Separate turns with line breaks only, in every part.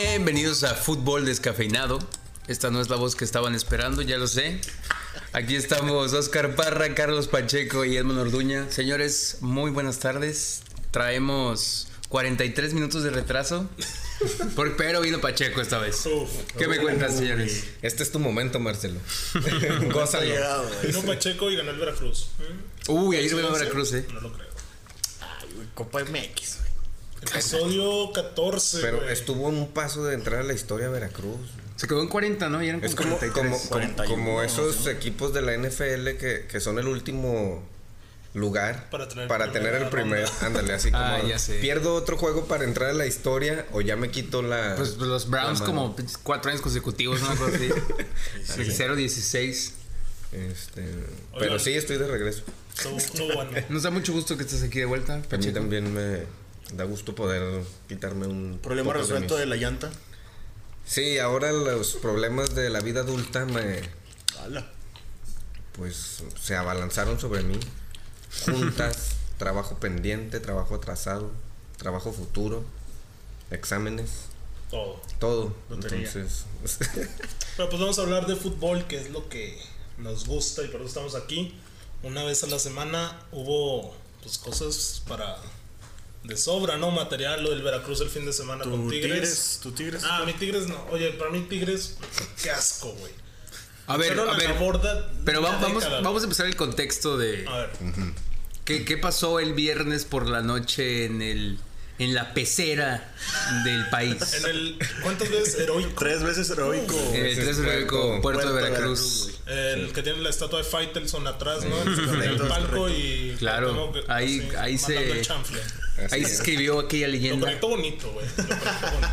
bienvenidos a Fútbol Descafeinado. Esta no es la voz que estaban esperando, ya lo sé. Aquí estamos Oscar Parra, Carlos Pacheco y Edmond Orduña. Señores, muy buenas tardes. Traemos 43 minutos de retraso. Por- pero vino Pacheco esta vez. ¿Qué me cuentan, señores?
Este es tu momento, Marcelo. Gózalo.
Vino Pacheco y ganó el Veracruz. ¿Mm?
Uy, ahí se ve
No sé,
Veracruz, eh.
No lo creo.
Copa MX,
Episodio 14.
Pero
güey.
estuvo en un paso de entrar a la historia de Veracruz.
Se quedó en 40, ¿no? Y eran
Es
como
como,
43.
como, como,
41,
como
no
esos equipos de la NFL que, que son el último lugar
Para tener
tener el
primera
primer. Ándale, así como.
Ah, ya sé.
Pierdo otro juego para entrar a la historia o ya me quito la.
Pues los Browns
La
como cuatro años consecutivos, ¿no? Algo así. 0-16.
este,
Oigan.
pero sí, estoy de regreso.
Estuvo- estuvo bueno.
Nos da mucho gusto que estés aquí de vuelta,
A mí
Pacheco.
también me da gusto poder quitarme un.
Problema
poco de
resuelto
mis-
de la llanta.
Sí, ahora los problemas de la vida adulta me.
Ala.
pues se abalanzaron sobre mí. Juntas, trabajo pendiente, trabajo atrasado, trabajo futuro, exámenes,
Todo.
todo.
Lotería.
Entonces,
Pero pues vamos a hablar de fútbol, que es lo que nos gusta y por eso estamos aquí. Una vez a la semana hubo pues cosas para de sobra, ¿no? Material, lo del Veracruz el fin de semana
Tu
con Tigres.
Tigres, tu Tigres.
Ah, mi Tigres no. Oye, para mí Tigres, qué asco, güey.
A ver,
Fueron
a ver.
la borda
Pero
de
va-
la
vamos,
década.
vamos a empezar el contexto de
A ver,
qué, qué pasó el viernes por la noche en el en la pecera del país.
en el ¿cuántas veces heroico?
Tres veces heroico.
Eh.
En el
Ese
Tres
es
de
Puerto-
Veracruz, Puerto de
Puerto de
Veracruz.
Veracruz,
El que tiene la estatua de Faitelson atrás, ¿no? En el
correcto,
palco
correcto.
y.
Claro,
tengo que- pues,
ahí-
sí,
ahí se-
matando el chanfle.
así
Ahí se
es.
escribió aquella
Lo
leyenda.
conecto bonito, güey. Lo conecto bonito.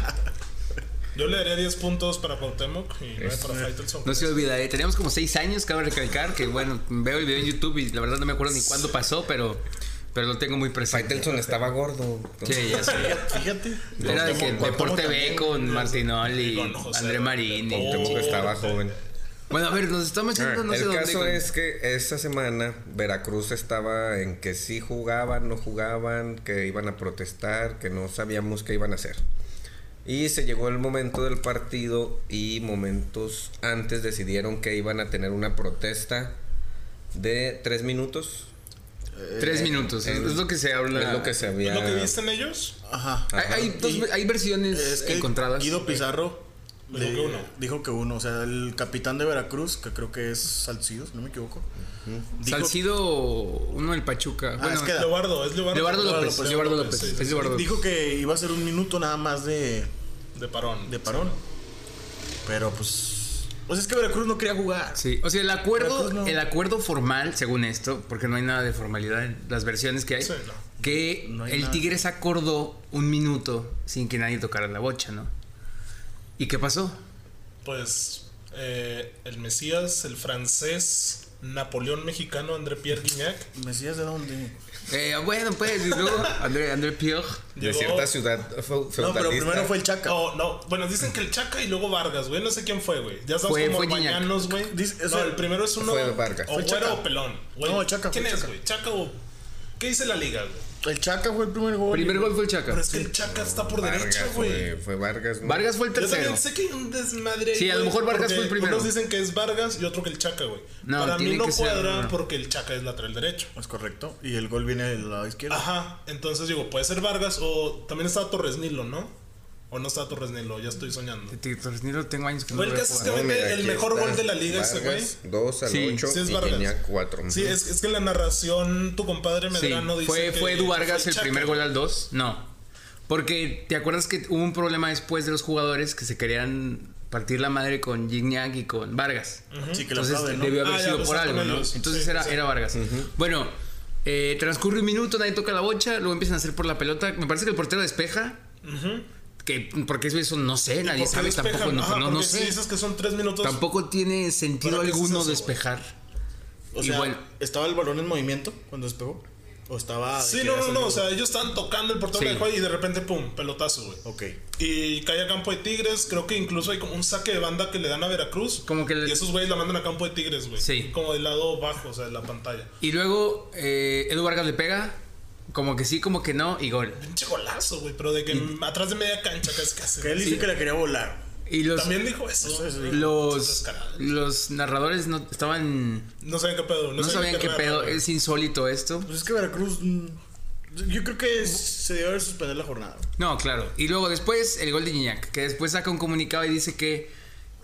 Yo le daría 10 puntos para Cuauhtémoc y 9 para Faitelson.
No se olvida, eh, teníamos como seis años, cabe recalcar, que bueno, veo el video en YouTube y la verdad no me acuerdo ni cuándo pasó, pero, pero lo tengo muy presente.
Faitelson estaba gordo. entonces-
Sí, ya sé.
Fíjate.
Era de que Deporte B con Martinoli,
Con José
André Marín. y-
Deporte.
Cuauhtémoc estaba joven.
Bueno, a ver, nos estamos yendo no sé
Eh, el
dónde.
caso
con-
es que esa semana Veracruz estaba en que sí jugaban, no jugaban, que iban a protestar, que no sabíamos qué iban a hacer. Y se llegó el momento del partido y momentos antes decidieron que iban a tener una protesta de tres minutos.
Tres minutos, es,
en-
es lo que se habla.
Es lo que se
¿Es
había...
lo que viste en ellos?
Ajá.
Hay, hay dos-
Y-
hay versiones
Es que
encontradas.
Guido Pizarro
Dijo
le-
que uno.
dijo que uno. O sea, el capitán de Veracruz, que creo que es Salcido, si no me equivoco. dijo- Ah,
Salcido, uno del Pachuca. bueno,
es que-
Leobardo, es Leobardo.
Leobardo López,
López,
Leobardo
López,
López,
sí,
es
sí, sí.
Leobardo López.
Dijo que iba a ser un minuto nada más de,
De parón.
de parón. Pero pues. Pues es que Veracruz no quería jugar.
Sí, o sea, el acuerdo,
Veracruz no.
el acuerdo formal, según esto, porque no hay nada de formalidad en las versiones que hay,
Sí, no.
que
No hay
el
nada.
Tigres acordó un minuto sin que nadie tocara la bocha, ¿no? ¿Y qué pasó?
Pues eh, el Mesías, el francés, Napoleón mexicano, André Pierre Guignac.
¿Me decías de dónde?
Eh, bueno, pues, y luego, André, André Pierre.
De
Llegó-
cierta ciudad fe- feudalista.
No, pero primero fue el Chaca.
No, no. Bueno, dicen que el Chaca y luego Vargas, güey. No sé quién fue, güey. Ya estamos
Fue-
como
fue Guiñac.
mañanos, güey.
Dice- es
No,
el-
el primero es uno.
fue Vargas.
O
Fue el
güero
Chaca.
o pelón. güey.
No, el Chaca
¿Quién
fue el
es,
Chaca.
güey? Chaca o. ¿Qué dice la liga, güey?
El Chaca fue el primer gol.
Primer gol fue el Chaca.
Pero es que el Chaca está por derecha,
Vargas,
güey.
fue, fue Vargas. ¿no?
Vargas fue el
Yo
tercero.
también sé que hay un desmadre. ahí,
Sí, a lo
güey,
mejor Vargas
porque
fue el primero.
Unos dicen que es Vargas y otro que el Chaca, güey.
No,
Para mí
tiene
no
que ser-
cuadra
no.
porque el Chaca es lateral derecho.
Es correcto. Y el gol viene de la izquierda.
Ajá, entonces digo, puede ser Vargas o también estaba Torres Nilo, ¿no? O no estaba Torres Nilo, ya estoy soñando.
Torres Nilo, tengo años que no
Güey,
lo
el
veo
caso es
jugar.
que Obviamente, el
aquí
mejor
está
gol de la liga ese, güey.
Vargas, Dos al
Sí.
ocho
Sí, es
y
Vargas.
Guiñac cuatro.
Sí, es, es que en la narración tu compadre
Sí,
Medrano dice.
fue,
que
fue Edu Vargas el
Chaca.
primer gol al 2. No. Porque te acuerdas que hubo un problema después de los jugadores que se querían partir la madre con Gignac y con Vargas.
Mm,
Sí, que lo
Entonces
aplauden, ¿no?
debió haber
Ah, ya,
sido
pues,
por
está
algo,
con
¿no?
ellos.
Entonces
Sí,
era,
sí.
era Vargas. Bueno, eh, transcurre un minuto, nadie toca la bocha, luego empiezan a hacer por la pelota. Me parece que el portero despeja. Que, porque eso, eso no sé, nadie
¿Por qué
sabe
despejan?
tampoco. No,
Ajá,
no, no
porque Si
sé.
dices que son tres minutos.
Tampoco tiene sentido
¿Para qué haces
alguno
eso, güey?
despejar.
O
Y
sea,
bueno.
¿estaba el balón en movimiento cuando despegó? ¿O estaba.?
Sí, no, no, no. O sea, ellos estaban tocando el portero
Sí.
que dejó ahí y de repente, pum, pelotazo, güey.
Ok.
Y cae a campo de Tigres. Creo que incluso hay como un saque de banda que le dan a Veracruz.
Como que le-
Y esos güeyes la mandan a campo de Tigres, güey.
Sí.
Como del lado bajo, o sea, de la pantalla.
Y luego eh, Edu Vargas le pega, como que sí, como que no, y gol.
Pinche golazo, güey, pero de que atrás de media cancha casi casi.
Que él dice que la quería volar.
Y los,
También dijo eso.
Eso es-
los,
Descarado.
los narradores no estaban.
No sabían qué pedo.
No, sabían qué pedo. Es insólito esto.
Pues es que Veracruz. mm, Yo creo que se debe haber suspender la jornada.
No, claro. Y luego después el gol de Gignac, que después saca un comunicado y dice que,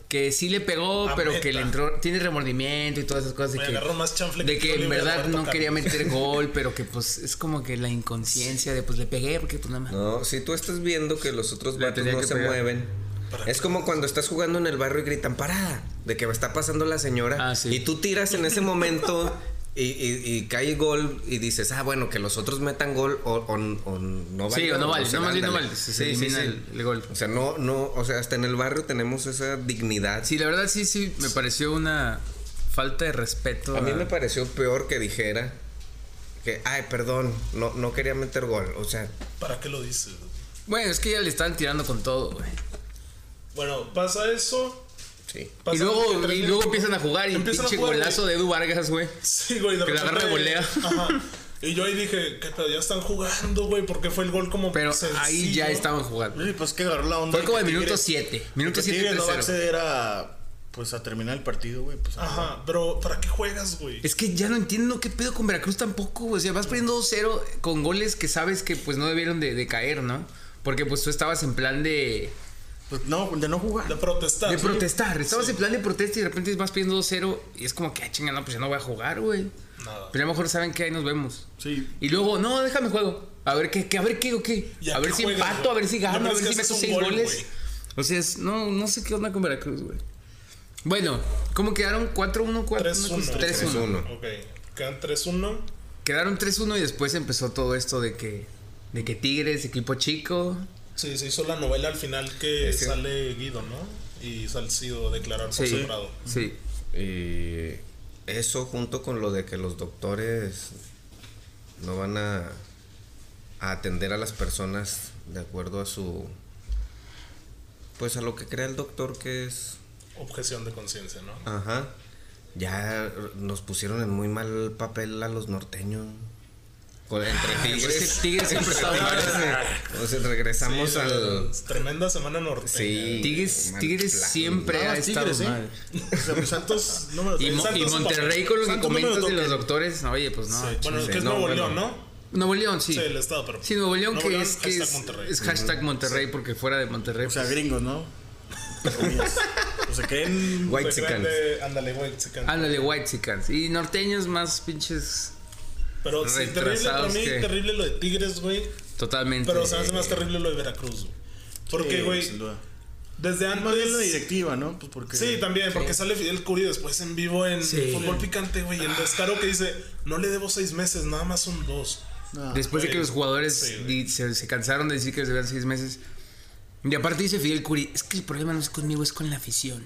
que sí le pegó,
Ah,
pero que
neta.
le entró, tiene remordimiento y todas esas cosas de
Me
que,
agarró más chanfle
de
que
que
tiro
en
libre de
verdad
Alberto
no
Carlos.
quería meter gol, pero que pues es como que la inconsciencia de pues le pegué porque pues nada más.
No, si tú estás viendo que los otros
Le
vatos
tenía
no
que
se
pegar.
mueven.
Para
Es como cuando estás jugando en el barrio y gritan parada, de que está pasando la señora
Ah, sí.
y tú tiras en ese momento y, y- y cae gol y dices, ah, bueno, que los otros metan gol o, o- o no vale.
sí, o no vale, no más bien no vale. Se
Sí, sí,
elimina
sí.
El, el gol.
O sea, no, no, o sea, hasta en el barrio tenemos esa dignidad.
Sí, la verdad sí, sí, me pareció una falta de respeto.
A mí me pareció peor que dijera que, ay, perdón, no, no quería meter gol. O sea,
¿Para qué lo dices? güey?
Bueno, es que ya le estaban tirando con todo, güey.
Bueno, pasa eso.
sí.
Pasa
Y luego,
que tres
y luego
minutos-
empiezan a jugar y un
Empiezan a
pinche
jugar, güey.
golazo de Edu Vargas, güey.
Sí, güey. de
Que la agarra
repente-
de volea.
Ajá. Y yo ahí dije, ¿qué pedo? Ya están jugando, güey. Porque fue el gol como.
Pero ahí ya
estamos
estaban jugando.
Sí, pues que agarró la onda.
Fue
de
como
que
el minuto
Tigres-
7. Minuto
de que
7
Tigres no va a
3-0.
acceder a. Pues a terminar el partido, güey. Pues, a-
Ajá, pero ¿para qué juegas, güey?
Es que ya no entiendo qué pedo con Veracruz tampoco, güey. O sea, vas perdiendo 2-0 con goles que sabes que pues no debieron de, de caer, ¿no? Porque pues tú estabas en plan de,
Pues no, de no jugar.
De protestar.
de
Ah, ¿sí?
protestar. Estabas
Sí.
en plan de protesta y de repente vas perdiendo 2-0 y es como que, ah, chinga, no, pues ya no voy a jugar, güey.
Nada.
Pero a lo mejor saben que ahí nos vemos.
Sí.
Y luego, no, déjame juego. A ver qué, qué- a ver qué o qué.
¿Y a
A ver
qué
si
juegas,
empato,
güey?
a ver si
Nada
gano, a
más
ver
que
si meto
haces un
6
gol,
goles.
güey.
O sea, es- no, no sé qué onda con Veracruz, güey. Bueno, ¿cómo quedaron? 4-1, 4-1,
3-1.
3-1.
3-1.
Ok, quedan 3-1.
Quedaron 3-1 y después empezó todo esto de que, de que Tigres, equipo chico.
Sí, se hizo la novela al final que
Es que-
sale Guido, ¿no? Y Salcido declarar por
Sí,
separado.
sí.
Y eso junto con lo de que los doctores no van a, a atender a las personas de acuerdo a su... Pues a lo que crea el doctor que es...
Objeción de conciencia, ¿no?
Ajá. Ya nos pusieron en muy mal papel a los norteños. Con- entre
pues Es que Ah, Tigres
tigres.
siempre está
O sea, regresamos
Sí,
al...
Tremenda semana norteña.
Sí.
Tigres,
Man,
Tigres
plan.
siempre
Nada
ha
más
estado
Tigres, ¿eh?
mal.
O sea, pues, Santos, no me lo
Y, Mo- y
Santos,
Monterrey
papá.
con lo que
Santos,
comentas
no me
de
lo
los
toquen.
doctores, no, oye, pues no.
Sí, Bueno,
sí,
que es
no,
Nuevo
bueno.
León, ¿no?
Nuevo León, sí.
Sí. el estado, pero.
Sí, Nuevo León
Nuevo
que
León,
es, que
hashtag
es,
Monterrey.
es hashtag Monterrey porque fuera de Monterrey.
O sea,
pues,
gringos, ¿no? o sea, que en.
White
Se crean
chicanes.
de- Pues Ándale, White Chican.
ándale, White Y norteños más pinches
Pero sí, terrible para
retrasados
mí,
que-
terrible lo de Tigres, güey.
totalmente.
Pero se me hace más terrible lo de Veracruz, güey. Porque,
Sí,
güey,
Sin duda.
desde
Más bien la
antes.
directiva, ¿no? Pues porque.
Sí, también, porque sale Fidel Curi después en vivo en
Sí. Ah.
Fútbol Picante, güey. El descaro que dice, no le debo seis meses, nada más son dos.
Ah,
Después de que
güey.
los jugadores
Sí, güey.
di- se, se cansaron de decir que les debían seis meses. Y aparte dice Fidel Curi, es que el problema no es conmigo, es con la afición.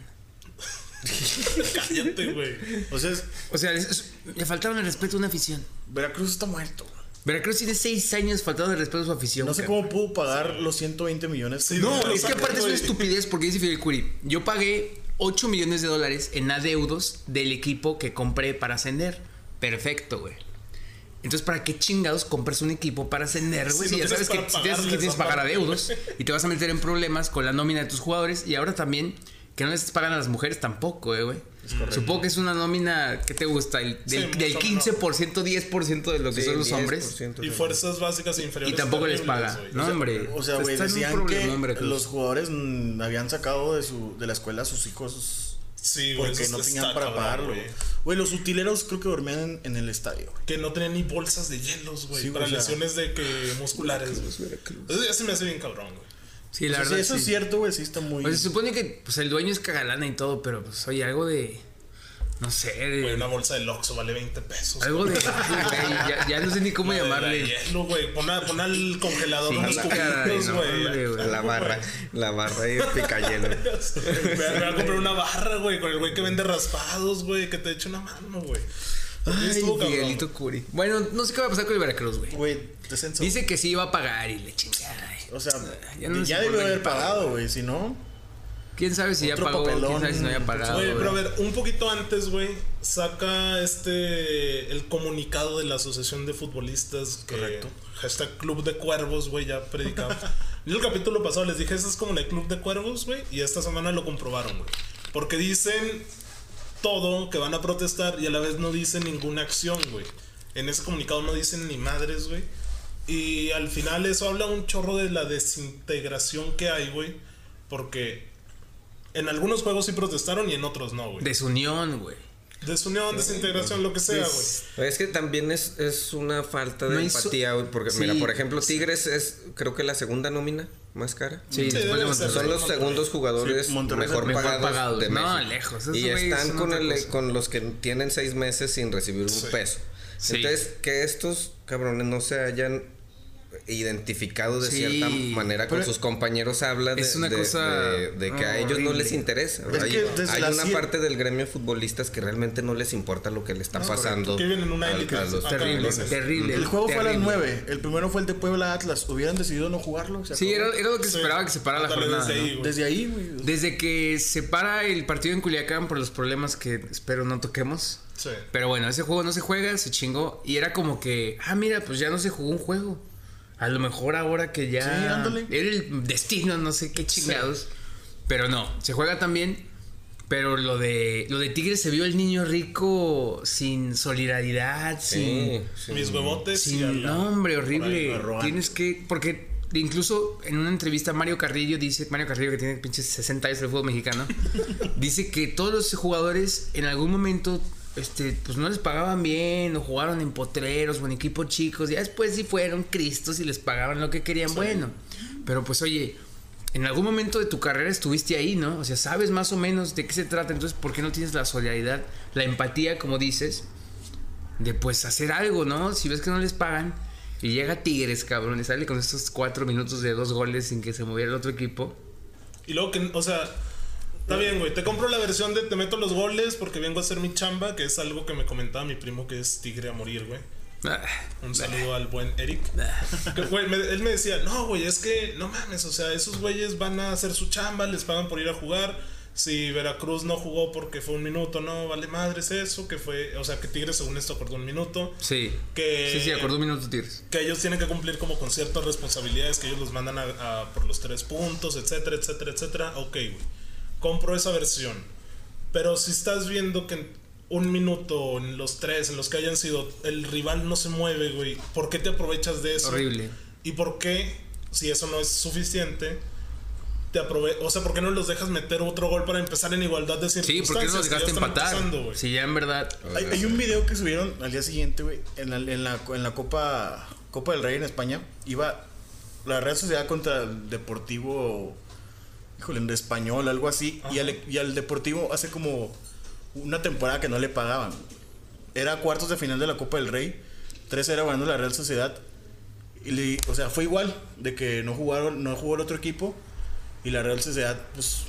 Cállate, güey.
O sea, es-
O sea, es- es- le faltaron el respeto a una afición.
Veracruz está muerto. güey.
Veracruz tiene seis años faltando el respeto a su afición.
No sé
cabrón.
cómo pudo pagar los 120 millones.
Sí,
No,
Pero
es que
saca,
aparte es una
güey.
estupidez porque dice Fidel Curi, yo pagué 8 millones de dólares en adeudos del equipo que compré para ascender. Perfecto, güey. Entonces, ¿para qué chingados compras un equipo para ascender, güey?
Si
Si
no
ya sabes
tienes
que,
para
si tienes, que
pagarles,
tienes que pagar
aparte.
adeudos y te vas a meter en problemas con la nómina de tus jugadores y ahora también que no les pagan a las mujeres tampoco, eh, güey. Supongo que es una nómina, ¿qué te gusta? El- del,
Sí,
del
mucho
15%, 10% de lo que
Sí,
son los hombres.
10%.
Y fuerzas básicas e
Y
inferiores.
tampoco les
terribles,
paga.
güey.
No, hombre.
O sea, güey,
está en un
decían que
problemón, Veracruz.
los jugadores mm, habían sacado de, su, de la escuela a sus hijos
Sí, güey.
porque
eso
no
está
tenían para
cabrón,
pagarlo.
güey.
güey. Güey, los utileros creo que dormían en, en el estadio. güey.
Que no tenían ni bolsas de hielos, güey.
Sí, güey,
para
o sea.
lesiones de que musculares, güey. Eso ya se me hace bien cabrón, güey.
Sí,
Pues, O
la
sea,
verdad.
eso
sí.
es cierto, güey, sí está muy...
O sea, se supone que pues, el dueño es cagalana y todo, pero pues oye, algo de. No sé, de-
Güey, una bolsa de Loxo vale 20 pesos.
algo de. ya, ya no sé ni cómo
Una de la
llamarle.
hielo, güey. Pon, a- pon al congelador
Sí,
unos
caray,
cubitos,
no, hombre,
güey.
güey.
La barra, la barra y pica hielo.
Me voy a comprar una barra, güey, con el güey que vende raspados, güey, que te eche una mano, güey.
Ay,
Estuvo cabrón.
Miguelito Curi. Bueno, no sé qué va a pasar con el Veracruz, güey.
Güey, descenso.
Dice que sí iba a pagar y le chingada.
o sea,
ah, Ya
ya,
no les
debió
importa
haber
que paguen.
pagado, güey, si no...
Quién sabe si ya
Otro
pagó, quién
papelón.
sabe si no había pagado.
Oye, pero a
güey.
ver, un poquito antes, güey, saca este el comunicado de la Asociación de Futbolistas que
Correcto.
hashtag Club de Cuervos, güey, ya predicaba Yo el capítulo pasado les dije, ese es como en el Club de Cuervos, güey. Y esta semana lo comprobaron, güey. Porque dicen todo, que van a protestar y a la vez no dicen ninguna acción, güey. En ese comunicado no dicen ni madres, güey. Y al final eso habla un chorro de la desintegración que hay, güey. Porque en algunos juegos sí protestaron y en otros no, güey.
Desunión, güey.
Desunión, desintegración, lo que sea, güey.
Es que también es, es una falta de
No hizo-
empatía, güey, porque
Sí,
mira, por ejemplo,
sí.
Tigres es creo que la segunda nómina más cara.
Sí,
Sí,
después
debe
de
ser.
Monterrey.
Son los
Monterrey.
segundos jugadores
Sí, Monterrey es el
mejor,
mejor
pagados,
pagados.
de
No,
México.
lejos, esos
Y
güeyes
están
son
con,
otra
el-
cosa.
con los que tienen seis meses sin recibir un
Sí.
peso.
Sí.
Entonces, que estos cabrones no se hayan identificado de
Sí.
cierta manera con
Pero
sus compañeros habla de,
es una
de-
cosa
de- de que a ellos no
horrible.
les interesa.
Es
hay
que desde
hay
la
una
cien-
parte del gremio de futbolistas que realmente no les importa lo que le está pasando.
Que viven en una
al-
élite.
a los
Acá
Terrible,
dices.
terrible.
El juego fue a las
terrible.
9. El primero fue el de Puebla Atlas. ¿Hubieran decidido no jugarlo? Se
Sí,
acabó.
era, era lo que se
Sí.
esperaba que se parara la
Ándale,
jornada.
desde
¿no?
ahí, güey.
Desde ahí, güey.
Desde que se para el partido en Culiacán por los problemas que espero no toquemos.
Sí.
Pero bueno, ese juego no se juega, se chingó. Y era como que, ah, mira, pues ya no se jugó un juego. A lo mejor ahora que ya.
Sí, ándale.
Era el destino, no sé qué chingados. Pero no, se juega también. Pero lo de, lo de Tigres se vio el niño rico sin solidaridad,
Sí,
sin.
sí.
Mis huevotes
Sí,
y a la-
no, hombre,
por ahí,
horrible.
a Roan.
Tienes que. Porque incluso en una entrevista Mario Carrillo dice, Mario Carrillo que tiene pinches 60 años del fútbol mexicano, dice que todos los jugadores en algún momento. Este, pues no les pagaban bien, o jugaron en potreros o en equipos chicos, ya después sí fueron cristos y les pagaban lo que querían, bueno. Pero pues oye, en algún momento de tu carrera estuviste ahí, ¿no? O sea, sabes más o menos de qué se trata, entonces ¿por qué no tienes la solidaridad, la empatía, como dices, de pues hacer algo, ¿no? Si ves que no les pagan y llega Tigres, cabrón, y sale con estos cuatro minutos de dos goles sin que se moviera el otro equipo.
Y luego que, o sea, está bien, güey. Te compro la versión de te meto los goles porque vengo a hacer mi chamba, que es algo que me comentaba mi primo que es tigre a morir, güey.
Ah,
Un saludo al buen Eric. Que, güey, me- él me decía, no, güey, es que no mames, o sea, esos güeyes van a hacer su chamba, les pagan por ir a jugar. Si Veracruz no jugó porque fue un minuto, no, vale madres eso, que fue, o sea, que Tigres según esto acordó un minuto.
Sí.
Que-
Sí, sí, acordó un minuto Tigres.
Que ellos tienen que cumplir como con ciertas responsabilidades, que ellos los mandan a, a por los tres puntos, etcétera, etcétera, etcétera. Ok, güey. Compro esa versión. Pero si estás viendo que en un minuto, en los tres, en los que hayan sido, el rival no se mueve, güey. ¿Por qué te aprovechas de eso?
Horrible.
¿Y por qué, si eso no es suficiente, te aprove O sea, ¿por qué no los dejas meter otro gol para empezar en igualdad de
Sí,
circunstancias?
porque no los
que ya
dejaste
están
empatar.
empezando, güey?
Si ya en verdad.
Hay, hay un video que subieron al día siguiente, güey, en la, en la, en la Copa, Copa del Rey en España. Iba la Real Sociedad contra el Deportivo, híjole, en español, algo así. Y al, y al Deportivo hace como una temporada que no le pagaban. Era cuartos de final de la Copa del Rey. 3 era ganando la Real Sociedad. Y le- o sea, fue igual, de que no jugaron, no jugó el otro equipo. Y la Real Sociedad, pues,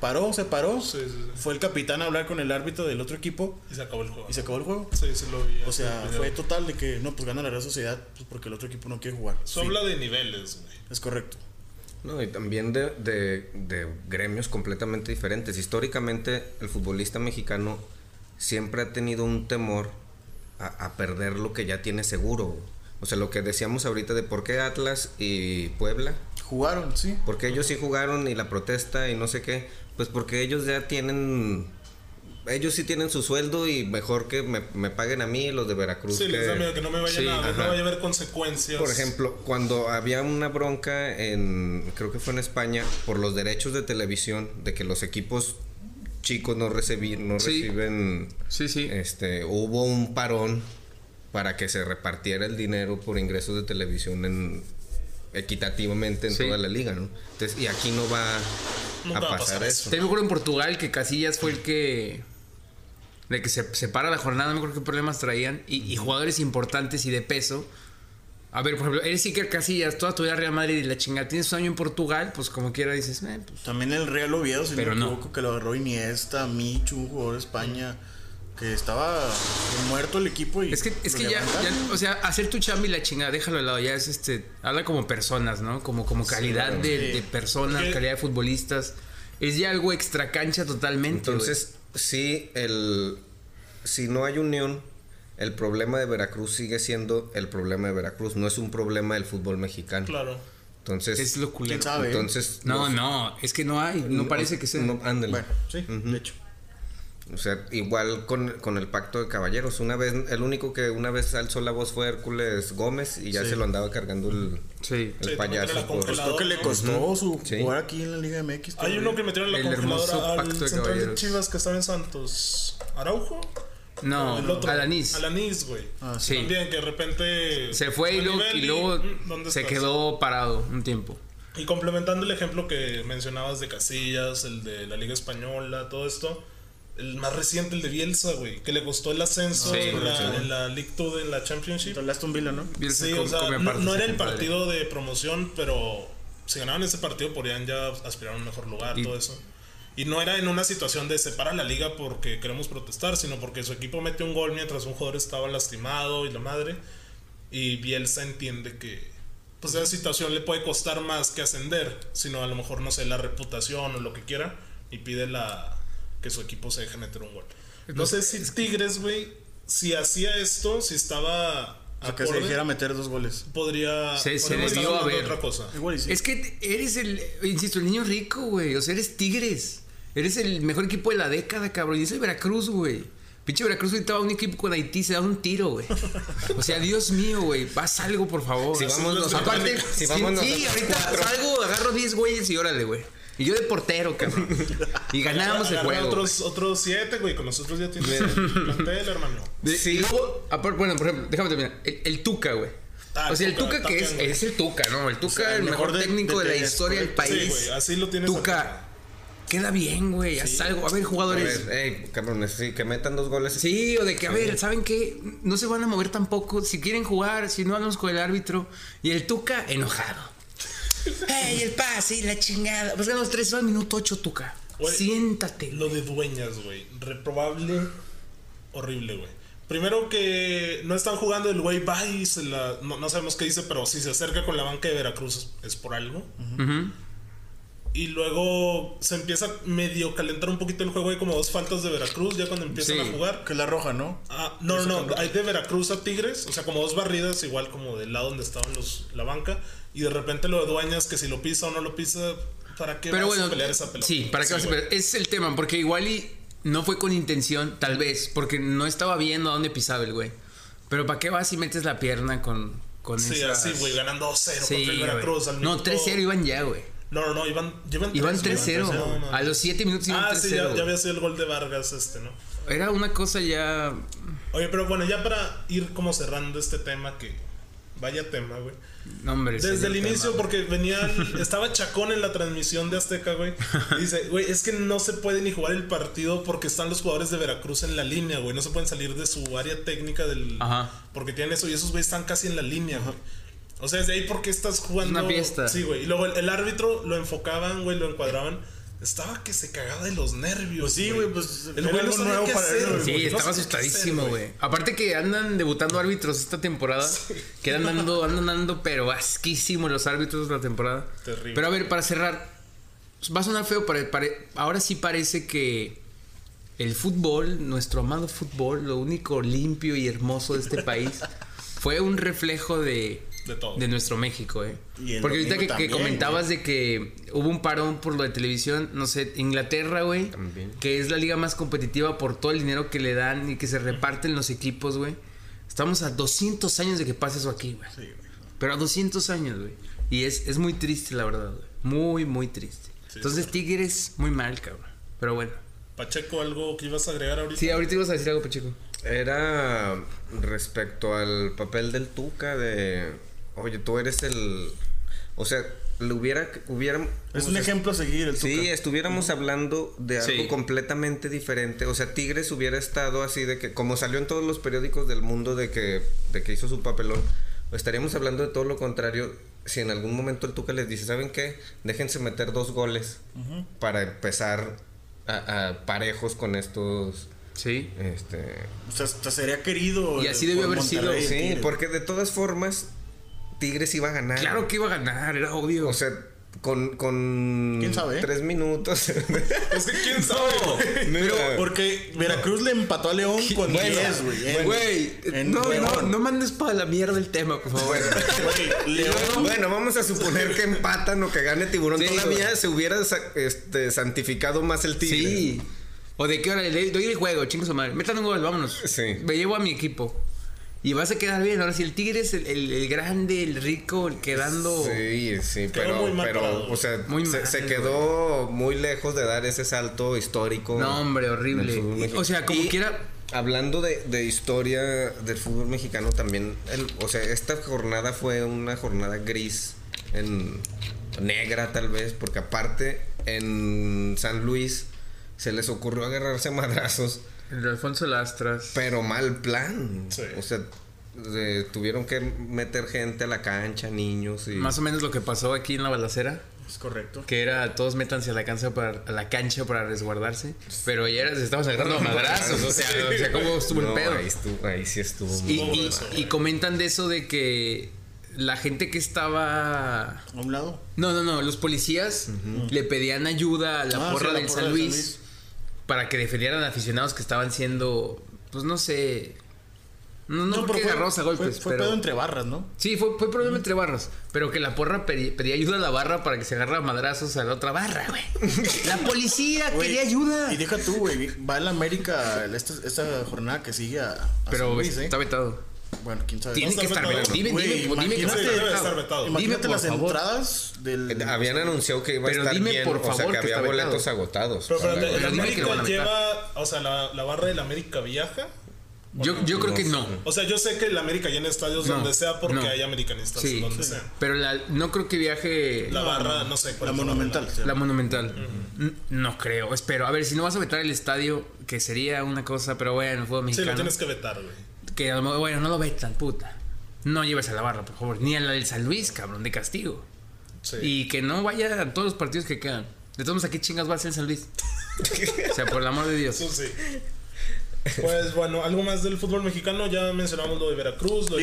paró, se paró.
Sí, sí, sí.
Fue el capitán a hablar con el árbitro del otro equipo
Y se acabó el juego.
y se acabó el juego.
Sí, sí lo vi.
O sea,
Sí,
fue total de que no, pues gana la Real Sociedad pues, porque el otro equipo no quiere jugar.
Eso
Sí,
habla de niveles, güey.
Es correcto.
No, y también de, de- de gremios completamente diferentes. Históricamente, el futbolista mexicano siempre ha tenido un temor a, a perder lo que ya tiene seguro. O sea, lo que decíamos ahorita de por qué Atlas y Puebla,
Jugaron, sí.
porque ellos sí jugaron y la protesta y no sé qué, pues porque ellos ya tienen. Ellos sí tienen su sueldo y mejor que me, me paguen a mí los de Veracruz.
Sí, les da
que-
miedo que no me vayan
Sí,
a ver, no
ajá.
vaya a haber consecuencias.
Por ejemplo, cuando había una bronca en, creo que fue en España, por los derechos de televisión, de que los equipos chicos no, recibí- no
Sí.
reciben,
Sí, sí.
este, hubo un parón para que se repartiera el dinero por ingresos de televisión en, equitativamente en
Sí.
toda la liga, ¿no? Entonces, y aquí no va
Nunca
a
va a
pasar,
pasar
eso.
También me acuerdo en Portugal que Casillas fue el que. De que se separa la jornada, no me acuerdo qué problemas traían. Y, y jugadores importantes y de peso. A ver, por ejemplo, eres Iker Casillas, toda tu vida Real Madrid y la chingada. Tienes un año en Portugal, pues como quiera dices, eh, pues.
También el Real Oviedo, si
Pero
no me
no.
equivoco, que lo agarró Iniesta, Michu, un jugador de España, que estaba muerto el equipo y...
Es que, es
lo
que ya,
levantaron.
ya, o sea, hacer tu chamba y la chingada, déjalo al lado, ya es este, habla como personas, ¿no? Como, como calidad
claro.
de,
Sí.
de personas,
Es que-
calidad de futbolistas. Es ya algo extra cancha totalmente.
Entonces, sí, el, si no hay unión, el problema de Veracruz sigue siendo el problema de Veracruz, no es un problema del fútbol mexicano.
Claro.
Entonces,
Es lo culero.
¿Quién sabe?
entonces
No,
los-
no, es que no hay, no parece que sea.
No, ándale.
Bueno, sí, de hecho.
O sea, igual con, con el pacto de caballeros. Una vez, el único que una vez alzó la voz fue Hércules Gómez y ya
Sí.
se lo andaba cargando el,
Sí.
el
Sí, también
payaso.
era
por-
congelado.
Creo que le costó su
Sí.
jugar aquí en la Liga MX.
Hay
todavía.
uno que metieron en la
El hermoso
congeladora al
pacto de
central de
caballeros.
Chivas que estaba en Santos. ¿Araujo?
No,
El otro.
Alanis.
Alanis, güey.
Ah,
Sí.
También que de repente.
Se fue y luego, y
Olivelli,
luego
mm, ¿dónde
se
estás?
quedó parado un tiempo.
Y complementando el ejemplo que mencionabas de Casillas, el de la Liga Española, todo esto, el más reciente, el de Bielsa, güey, que le costó el ascenso
Sí,
en,
correcto.
la, en la League Two, en la Championship.
Contra el Aston Villa, ¿no?
Bielsa
Sí,
com-
o sea,
come
no,
aparte,
no era
sí,
el
compadre.
partido de promoción, pero si ganaban ese partido podrían ya aspirar a un mejor lugar,
Y-
todo eso. Y no era en una situación de separar la liga porque queremos protestar, sino porque su equipo mete un gol mientras un jugador estaba lastimado y la madre. Y Bielsa entiende que pues esa situación le puede costar más que ascender, sino a lo mejor, no sé, la reputación o lo que quiera, y pide la que su equipo se deje meter un gol. No sé si Tigres, güey, si hacía esto, si estaba...
O sea, que se
acorde,
dijera meter dos goles.
podría
Se- se
podríamos estar
debió
hablando de
haber.
otra cosa.
Igual y sí.
Es que eres el, insisto, el niño rico, güey. O sea, eres Tigres. Eres el mejor equipo de la década, cabrón. Y es el Veracruz, güey. Pinche Veracruz ahorita va a un equipo con Haití, se da un tiro, güey. O sea, Dios mío, güey. Haz algo, por favor.
Si vamos
Aparte,
nosotros-
aparte, sí,
si vamos
sí,
nosotros
ahorita salgo, agarro 10 güeyes y órale, güey. Y yo de portero, cabrón. Y ganábamos el
Agarra
juego. güey.
Otros, otros siete, güey. Con nosotros ya tienes el plantel, hermano.
De- Y luego, aparte, bueno, por ejemplo, déjame terminar. El, el Tuca, güey.
Ah,
o sea, el Tuca, que es,
atacando.
es el Tuca, ¿no? El Tuca,
sea,
el mejor, técnico de, la
tres,
historia del
Sí,
país.
güey. Así lo tienes. acá.
Tuca, queda bien, güey. Haz algo. A ver,
A
jugadores.
ver, ey, cabrones, sí, que metan dos goles.
Sí, o de que, a ver, ¿saben qué? No se van a mover tampoco. Si quieren jugar, si no, hablamos con el árbitro. Y el Tuca, enojado. ¡Ey, el pase y la chingada! Pues ganamos 3 al minuto 8, Tuca.
Güey,
Siéntate.
Lo de dueñas, güey. Reprobable. Horrible, güey. Primero que no están jugando el güey va y se la. No, no sabemos qué dice, pero si se acerca con la banca de Veracruz es, es por algo.
Ujú.
Y luego se empieza a medio calentar un poquito el juego. Hay como dos faltas de Veracruz ya cuando empiezan
Sí.
a jugar.
Que la roja, ¿no?
Ah, no, no, no, hay de Veracruz a Tigres, o sea, como dos barridas, igual como del lado donde estaban los, la banca, y de repente lo de Dueñas, que si lo pisa o no lo pisa, ¿para qué
Pero
vas
bueno,
a pelear esa pelota?
sí, para qué vas a
güey.
pelear. Ese es el tema, porque igual y no fue con intención, tal vez, porque no estaba viendo a dónde pisaba el güey. Pero ¿para qué vas y metes la pierna con, con
Sí,
esas-
así, güey, ganando 2-0
Sí,
contra el
güey.
Veracruz. Al
No,
minuto-
3-0 iban ya, güey.
No, no, no, iban, llevan
Iban
tres, güey,
3-0.
no, no.
A los 7 minutos iban
Ah,
3-0.
sí, ya,
güey.
ya había sido el gol de Vargas este, ¿no?
Era una cosa ya.
Oye, pero bueno, ya para ir como cerrando este tema que... Vaya tema, güey.
No, hombre.
Desde
señor
el
Tema,
inicio,
güey.
porque venía. Estaba Chacón en la transmisión de Azteca, güey. Y Dice, güey, es que no se puede ni jugar el partido porque están los jugadores de Veracruz en la línea, güey. No se pueden salir de su área técnica del.
Ajá.
Porque tienen eso y esos, güey, están casi en la línea, güey. O sea, desde ahí, porque estás jugando?
Una fiesta.
Sí, güey. Y luego el, el árbitro lo enfocaban, güey, lo encuadraban. Estaba que se cagaba de los nervios.
Pues sí, güey, pues,
El
era
güey no
algo
sabía
nuevo
qué
para
hacer,
él,
güey.
güey.
Sí,
No
estaba
sabía qué hacer,
asustadísimo, güey. Aparte que andan debutando árbitros esta temporada. Que andan dando, andan dando, pero asquísimo los árbitros de la temporada.
Terrible.
Pero a ver, para cerrar, pues, va a sonar feo, pero pare- ahora sí parece que el fútbol, nuestro amado fútbol, lo único limpio y hermoso de este país, fue un reflejo de,
De todo.
nuestro México, ¿eh?
Y el
Porque ahorita
domingo
que, que
también,
comentabas de que hubo un parón por lo de televisión, no sé, Inglaterra, güey,
También.
que es la liga más competitiva por todo el dinero que le dan y que se reparten los equipos, güey. Estamos a 200 años de que pase eso aquí, güey.
Sí, güey.
Pero a 200 años, güey. Y es, es muy triste, la verdad, güey. Muy, muy triste. Entonces, Tigres, muy mal, cabrón. Pero bueno.
Pacheco, algo que ibas a agregar ahorita.
Sí, ahorita ibas a decir algo, Pacheco.
Era respecto al papel del Tuca de, oye, tú eres el, o sea, le hubiera, hubiera,
Es un ejemplo a seguir el
Sí,
Tuca.
estuviéramos hablando de algo
Sí.
completamente diferente. O sea, Tigres hubiera estado así de que, como salió en todos los periódicos del mundo de que, de que hizo su papelón, estaríamos hablando de todo lo contrario. Si en algún momento el Tuca les dice, ¿saben qué? Déjense meter dos goles para empezar a, a parejos con estos.
Sí.
Este,
O sea, hasta sería querido.
Y
eh,
así debió
por
haber sido,
sí,
Pero
Monterrey, Tigres.
porque de todas formas, Tigres iba a ganar.
Claro que iba a ganar, era obvio.
O sea, Con, con
¿Quién sabe?
tres minutos.
Es que quién sabe. güey.
Mira,
Eh.
Porque Veracruz le empató a León con
Bueno,
10, güey. en-
Güey,
en
no, no,
León.
no mandes para la mierda el tema, por favor.
Güey, León.
Bueno, vamos a suponer que empatan o que gane Tiburón.
Sí,
Todavía
güey.
se hubiera sa- este, santificado más el Tigre.
Sí. O de qué hora le doy el juego, chingo su madre. Metan un gol, vámonos.
Sí.
Me llevo a mi equipo. Y vas a quedar bien. Ahora sí, el Tigre es el, el- el grande, el rico, el quedando.
Sí, sí,
Quedó
pero,
muy mal
pero
parado.
o sea,
Muy
se,
mal,
se quedó muy lejos de dar ese salto histórico.
No, hombre, horrible.
del fútbol
Y-
mexicano.
o sea, como
Y
quiera-
Hablando de, de historia del fútbol mexicano también, el- o sea, esta jornada fue una jornada gris, en negra tal vez, porque aparte en San Luis se les ocurrió agarrarse a madrazos.
El Alfonso Lastras.
Pero mal plan.
Sí.
O sea, eh, tuvieron que meter gente a la cancha, niños y.
Más o menos lo que pasó aquí en la balacera.
Es correcto.
Que era todos métanse a la cancha para, a la cancha para resguardarse. Pero ya era, se estaban agarrando a madrazos. O sea, o sea, ¿cómo estuvo el
No,
pedo?
Ahí, estuvo- ahí sí estuvo.
Y,
muy
y-
mal.
y comentan de eso de que la gente que estaba.
A un lado.
No, no, no. Los policías le pedían ayuda a la
Ah,
porra
sí, la
del
porra
San
de San
Luis,
Luis.
para que defendieran a aficionados que estaban siendo, pues no sé. No, no, porque
fue-
agarrados a golpes,
Fue, fue
pero.
pedo entre barras, ¿no?
Sí, fue, fue problema entre barras. Pero que la porra pedi- pedía, ayuda a la barra para que se agarra a madrazos a la otra barra, güey. La policía
Güey,
quería ayuda.
Y deja tú, güey. Va el América el- esta, esta jornada que sigue a, a San
Pero
Luis, ¿eh?
está vetado.
Bueno, quién sabe.
Tiene
está
que estar
vetado.
vetado. Dime,
Güey,
dime, dime que no
imagínate,
está
debe de estar
vetado.
vetado.
Dime,
Imagínate
por
las
favor. Eh,
entradas del.
Habían anunciado que iba a
Pero
estar
dime,
bien,
por
o sea,
favor,
que
que
había
está vetado.
boletos agotados.
Pero
O
espérate,
sea,
Pero
el
dime que lo van a
América
meter.
lleva. O sea, la, la barra del América viaja.
Yo, yo creo que no.
O sea, yo sé que el América llena estadios
No,
donde sea porque
no.
hay americanistas.
Sí.
Donde sea.
Pero la, no creo que viaje
La barra, no sé. cuál
La
es
monumental.
barra.
La monumental. N- No creo, espero. A ver, si no vas a vetar el estadio, que sería una cosa, pero bueno, fútbol
Sí, lo
mexicano.
tienes que vetar, güey.
Que a lo mejor, bueno, no lo vetan, puta. No lleves a la barra, por favor. Ni a la del San Luis, cabrón, de castigo.
Sí.
Y que no vaya a todos los partidos que quedan. De todos modos, ¿a qué chingas va a ser el San Luis? o sea, por el amor de Dios.
Eso sí. Pues bueno, algo más del fútbol mexicano. Ya mencionamos lo de Veracruz, lo de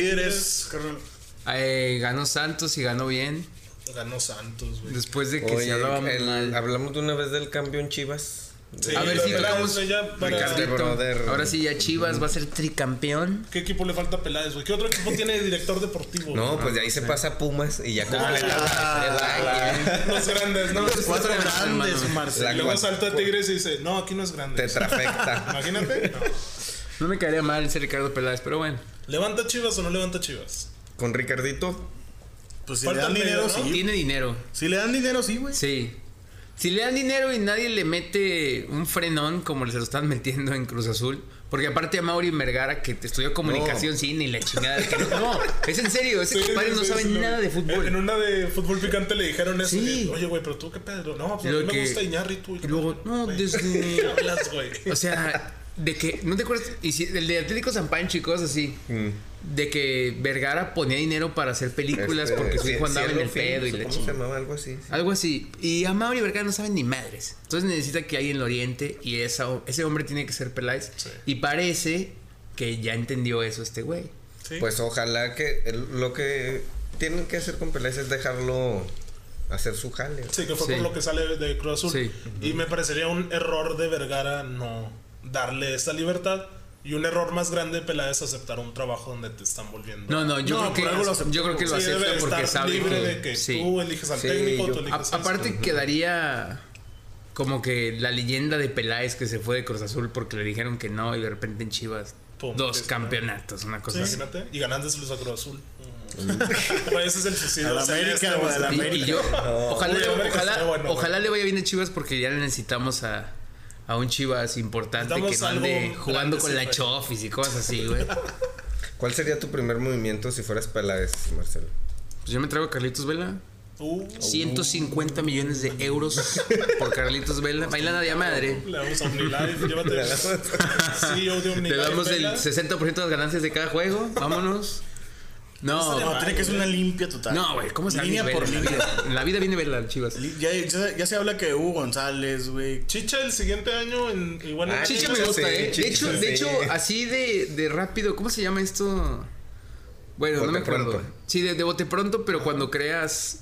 Tigres.
Líderes, carnal.
Eh, ganó Santos y ganó bien.
Ganó Santos, güey.
Después de que
Oye,
se hablaba
el-
mal.
hablamos de una vez del cambio en Chivas.
Sí,
a ver
lo
si
de
tocamos
Veracruz, ya para-
Ricardo.
Ricardito.
brother.
Ahora sí, ya Chivas va a ser tricampeón.
¿Qué equipo le falta a Peláez, güey? ¿Qué otro equipo tiene director deportivo?
No, pues de ahí se pasa a Pumas y ya completa
Ah,
güey? Los grandes, ¿no?
Los
Cuatro
Cuatro grandes,
grandes,
hermano.
La-
Marcelo.
Y luego salta a Tigres y dice, no, aquí no es grande.
te trafecta.
Imagínate. No.
No me caería mal ese Ricardo Peláez, pero bueno.
¿Levanta Chivas o no levanta Chivas?
Con Ricardito,
Pues si le
Falta
dan
el
dinero,
medio, ¿no?
sí.
Tiene dinero.
Si le dan dinero, sí, güey.
Sí. Si le dan dinero y nadie le mete un frenón como se lo están metiendo en Cruz Azul, porque aparte a Mauri Vergara que estudió comunicación, cine y la chingada. de que no, no, es en serio, ese
Sí,
compadre
sí,
no
sí,
sabe
sí, lo
nada
vi.
de
En, en
fútbol.
una de fútbol picante le dijeron eso.
Sí.
que, Oye, güey, pero tú qué pedo. No, pues a
Lo
mí me
que-
gusta Iñárritu.
y luego, no,
Güey,
desde-
¿qué hablas, güey?
O sea, de que, ¿no te acuerdas? Y si- el de Atlético San Pancho y cosas así.
mm,
De que Vergara ponía dinero para hacer películas
este,
porque su hijo
Cie-
andaba en
Cielo
el
Film,
pedo y la
supongo
chingada. Ah,
se llamaba algo así. sí.
Algo así. Y a Mauri Vergara no saben ni madres. Entonces necesita que alguien lo oriente y esa, ese hombre tiene que ser Peláez.
Sí.
Y parece que ya entendió eso este güey.
Sí.
Pues ojalá que el- lo que tienen que hacer con Peláez es dejarlo hacer su jale.
Sí, que fue
Sí.
por lo que sale de Cruz Azul.
Sí.
Y me parecería un error de Vergara no darle esa libertad. Y un error más grande de Peláez aceptar un trabajo donde te están volviendo.
No, no, yo,
No, por
creo,
algo
que,
lo aceptó.
yo creo que lo
Sí, debe
acepta
de
porque
estar
sabe
libre
que,
de que
sí.
tú eliges al
Sí,
técnico,
yo-
tú este.
A-
eliges a,
aparte quedaría como que la leyenda de Peláez que se fue de Cruz Azul porque le dijeron que no y de repente en Chivas
Pum,
dos
sí, sí.
campeonatos, una cosa así.
Pues Imagínate. Y ganándoselos a Cruz Azul. Güey, Ese es el suicidio.
A la
O sea,
América,
este,
güey,
güey.
a la
Y- Y,
América.
yo, ojalá,
Uy, América
ojalá-
estaría bueno,
ojalá le vaya bien a Chivas porque ya le necesitamos a, a un Chivas importante que no
Necesitamos
ande
algo
jugando
grande,
con
sí,
la
güey.
Chofis y cosas así, güey. Pues
¿Cuál sería tu primer movimiento si fueras Peláez, Marcelo?
yo me traigo a Carlitos Vela.
Uh,
150 millones de euros por Carlitos Vela. Bailana de a madre.
le damos a OmniLife. Llévate. CEO de OmniLife.
Le damos el
Vela.
60% de las ganancias de cada juego. Vámonos.
No,
No,
tiene que ser una limpia total.
no, güey. ¿Cómo está
Línea
Carlitos
por
Vela? En la
línea.
vida- En la vida viene Vela, Chivas.
Li- Ya, ya- ya se habla que Hugo González, güey.
Chicha el siguiente año en igual en
Ah,
Chicha me
Chicha
gusta,
sí,
¿eh?
Chicha
de hecho,
sí.
de hecho así de, de rápido, ¿cómo se llama esto? Bueno, no
Bote
me acuerdo.
pronto.
Sí, de, de bote pronto, pero cuando creas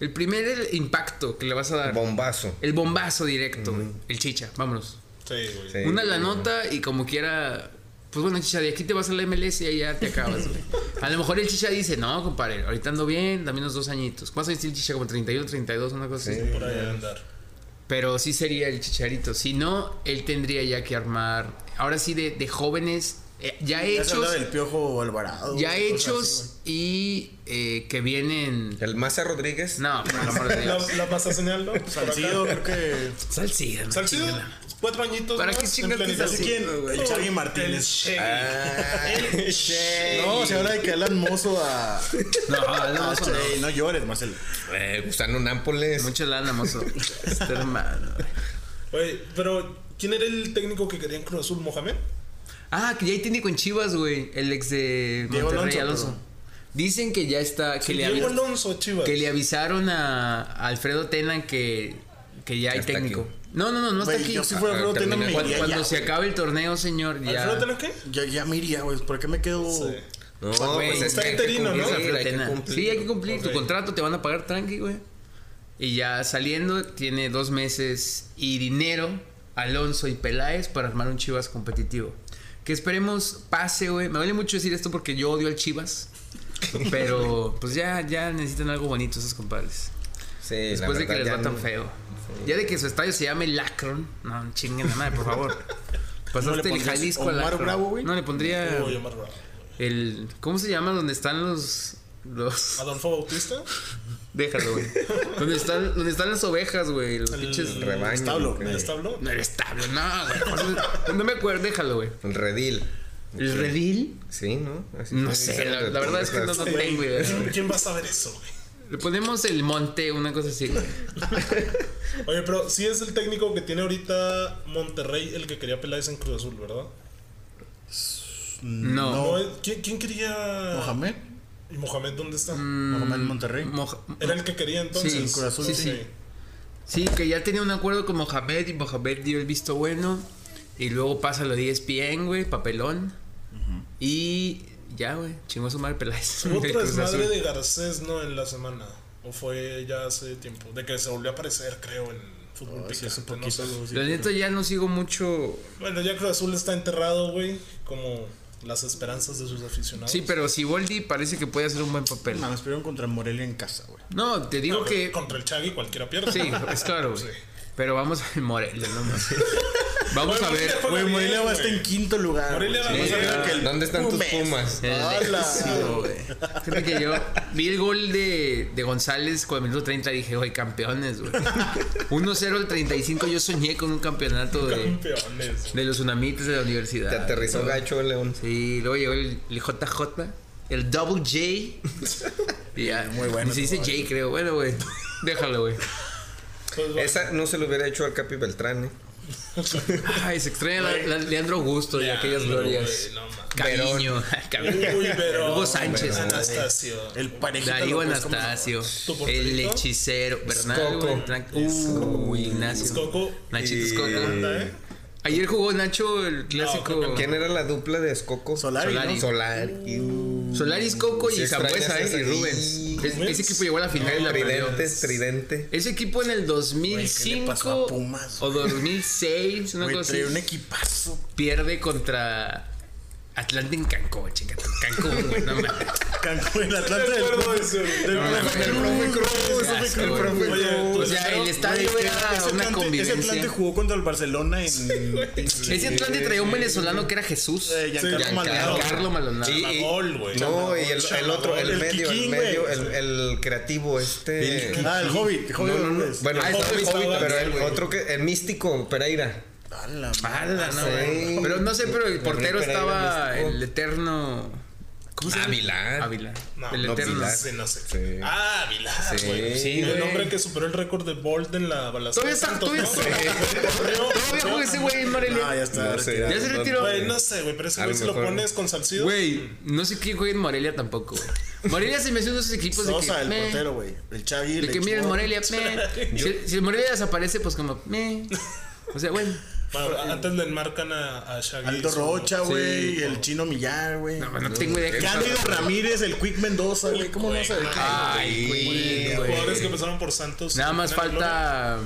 El primer impacto que le vas a dar.
Bombazo.
el bombazo directo, güey. El chicha, vámonos.
Sí, güey.
Sí.
Una la nota y como quiera. Pues bueno, chicha, de aquí te vas a la MLS y allá te acabas, güey. A lo mejor el chicha dice, no, compadre, ahorita ando bien, dame unos dos añitos. ¿Cuántos años tiene el chicha? Como 31, 32, una cosa
Sí.
así.
Por ahí andar.
Pero sí sería el chicharito. Si no, él tendría ya que armar. Ahora sí, de, de jóvenes, eh, ya
Ya se habla
hechos.
del piojo Alvarado.
Ya
güey, cosas así,
hechos y eh, que vienen.
El Maza Rodríguez.
No, por el amor de
La,
Dios.
la pasa señal, ¿no? Por acá.
güey. Salcido, creo que.
Salsida, no
Salcido,
chingala.
cuatro añitos.
¿Para
más
qué chingas
en
que
plenitud.
Salcido,
¿Así quién?
güey? El Xavi Martínez.
El Shaggy.
Ah,
El
No, se habla de que Alan Mozo a.
No, no, eso no.
Ey, no llores, Marcelo.
eh, Gusano Nápoles.
Mucha lana, mozo. Este hermano.
Oye, pero ¿quién era el técnico que quería en Cruz Azul, Mohamed?
Ah, que ya hay técnico en Chivas, güey. El ex de
Diego
Monterrey,
Alonso,
Alonso. Dicen que ya está. Que, le,
Diego
avi-
Alonso, Chivas.
que le avisaron a a Alfredo Tenan que, que ya hay
está
técnico.
aquí.
No, no, no, no está
Güey,
aquí.
Yo si fuera
Ah,
Alfredo Tena me
termina.
Cuando,
iría
cuando
ya,
se
güey.
acabe el torneo, señor, ya. Uh,
¿Alfredo tenés qué?
Ya, ya me iría, güey. ¿Por qué me quedo?
Sí.
No,
Güey,
pues es
está
que hay que
interino,
cumplir,
¿no?
hay que
Alfredo Tena.
cumplir.
Sí, hay que cumplir.
Ok.
Tu contrato te van a pagar tranqui, güey. Y ya saliendo, tiene dos meses y dinero Alonso y Peláez para armar un Chivas competitivo. Que esperemos pase, güey. Me duele mucho decir esto porque yo odio al Chivas. Pero pues ya, ya necesitan algo bonito esos compadres.
Sí,
Después
Eh, la
de que
verdad,
les
ya
va tan
no.
feo. Ya de que su estadio se llame Lacron. No, chinguen la madre, por favor.
¿No le
Pasaste el
pondrías
Jalisco a
Omar
Lacron.
Bravo, güey?
No, le pondría
Uy, Omar Bravo.
el... ¿Cómo se llama? Donde están los... los
Adolfo Bautista.
Déjalo, güey. donde, están, donde están las ovejas, güey. Los pinches...
re- Rebaño,
Establo.
güey.
¿El establo?
No, el establo, no, güey. No me acuerdo, déjalo, güey.
El Redil.
¿El redil?
Sí, ¿no? Así
No
se
sé,
dice
la,
de
la verdad es que no
todas
lo
las-
tengo, güey.
Es- Eh, ¿Quién va a saber eso, güey?
Le ponemos el monte, una cosa así, güey.
Oye, pero sí es el técnico que tiene ahorita Monterrey el que quería Peláez en Cruz Azul, ¿verdad?
No.
No, eh, ¿quién, quién quería.
Mohamed.
¿Y Mohamed dónde está?
Mohamed Monterrey.
Moja-
Era el que quería entonces.
Sí,
Cruz Azul,
Mm. sí, sí. Sí, que ya tenía un acuerdo con Mohamed y Mohamed dio el visto bueno. Y luego pasa lo de E ESPN, güey, papelón. Y ya, güey, chingó a su madre Peláez.
Hubo
El
Otra
Cruz
es madre
Azul.
de Garcés, ¿no? En la semana. O fue ya hace tiempo. De que se volvió a aparecer, creo, en fútbol
Ah, sí,
picante,
hace
no
poquito,
sé.
algo así.
La neta ya no sigo mucho.
Bueno, ya Cruz Azul está enterrado, güey. Como las esperanzas de sus aficionados.
Sí, pero si Boldi parece que puede hacer un buen papel.
Ah, nos perdieron contra Morelia en casa, güey.
No, te digo
No,
que.
Contra el Chagui cualquiera pierde.
Sí, es claro, güey.
Sí.
Pero vamos a Morelia, no más. Vamos a ver.
Juega
Güey,
bien,
Morelia va
güey.
hasta en quinto lugar.
Morelia
güey.
va más
Sí,
arriba
claro.
que el-
¿Dónde están tus pumas?
pues, ¡Hala!
Fíjate que yo vi el gol de, de González con el minuto 30 y dije, güey, campeones, güey. 1-0 al 35 yo soñé con un campeonato de,
Campeones.
de los tsunamites de la
Te
universidad.
aterrizó gacho el león.
Sí, luego llegó el, el JJ, el Double J. Y ya, muy bueno. Se dice J, creo. Bueno, güey, déjalo, güey.
Pues, va-
Esa no se lo hubiera hecho al Capi Beltrán, ¿eh?
Ay, se extraña la- la- Leandro Augusto y aquellas
Leandro,
glorias.
güey, no mames.
Cariño.
Uy, pero.
Hugo Sánchez.
Anastasio.
El parejito.
Darío
López, ¿cómo se llama?
Anastasio,
¿Tu porterito?
el hechicero, Bernardo,
Coco.
güey, Tran- uh, Ignacio,
Texcoco.
Nachito
Y-
Escoco.
Anda, ¿eh?
Ayer jugó Nacho el clásico
Ah, ok,
¿Quién era la dupla de Escoco?
Solari,
¿no?
Solari. Uh,
Solaris Coco
Sí,
y Zambuesa
extrañas
eh, y
esa-
Rubens.
y-
Es-
Rubens.
ese equipo llegó a la final y la perdió.
Tridente, tridente.
Ese equipo en el
Güey, ¿qué le pasó
2005
a Pumas,
o 2006, una
Güey,
cosa
trae
así,
un equipazo.
pierde contra Atlante en Cancún, chinga, Cancún, güey, no mames.
Cancún, el
No
Atlanta
me
del
acuerdo de eso, güey.
del-
me
del-
acuerdo.
del-
Qué
del-
asco,
del-
güey.
del-
Oye,
del-
tú
O sea, el estadio
Güey, ese
era una
Atlante-
convivencia.
Ese Atlante jugó contra el Barcelona en. pinche-
Ese Atlante traía un venezolano que era Jesús.
Eh, Giancarlo
Giancarlo
Maldonado.
Carlo Maldonado.
Sí, y-
Chamagol, güey.
No,
Chamagol,
y el, el
Chamagol.
otro, el,
El
medio,
Kikín,
el medio,
güey.
el, el creativo, este.
El- Ah, el Hobbit. el Hobbit pues.
No, no, no.
Rodríguez.
Bueno,
Ah,
el
el
Hobbit,
Hobbit
pero
también,
el
güey.
otro que, el místico, Pereira. Ah,
A la
Ala, Ah, no,
Sí.
güey. Pero no sé, pero el
Gabriel
portero
Pereira
estaba
Místico.
el eterno. ¿Cómo se llama?
Ávila.
Ávila.
No,
el
no,
eterno.
Vilar, sí, no sé.
Sí.
Ah, Vilar,
Sí.
güey.
Sí,
el
güey.
hombre que superó el récord de Bolt en la balacera.
Todavía está,
Santos,
todavía
¿no?
está.
Corrió,
Todavía
corrió.
juega ese güey en
Ah, ya
Morelia.
está.
No sé.
retirado.
Ya se retiró.
Güey, no sé, güey, pero ese
A
güey
lo
si lo
mejor.
pones con Salcido.
Güey, no sé quién juega en Morelia tampoco, güey. Morelia se me hace uno de esos equipos Pues de
Sosa,
que.
el
meh,
portero, güey. El Chagui.
De que
le
miren
echó-
Morelia, meh. Si, si el Morelia desaparece, pues como. meh. O sea, bueno.
Bueno, antes le enmarcan a, a Shaggy.
Aldo
su-
Rocha,
Sí,
güey.
no.
el Chino Millar, güey.
No, no tengo idea. quién
Cándido
sabe.
Ramírez, el Quick Mendoza, güey. ¿Cómo no sabes?
Ay, güey, güey.
Jugadores que pasaron por Santos.
Nada más falta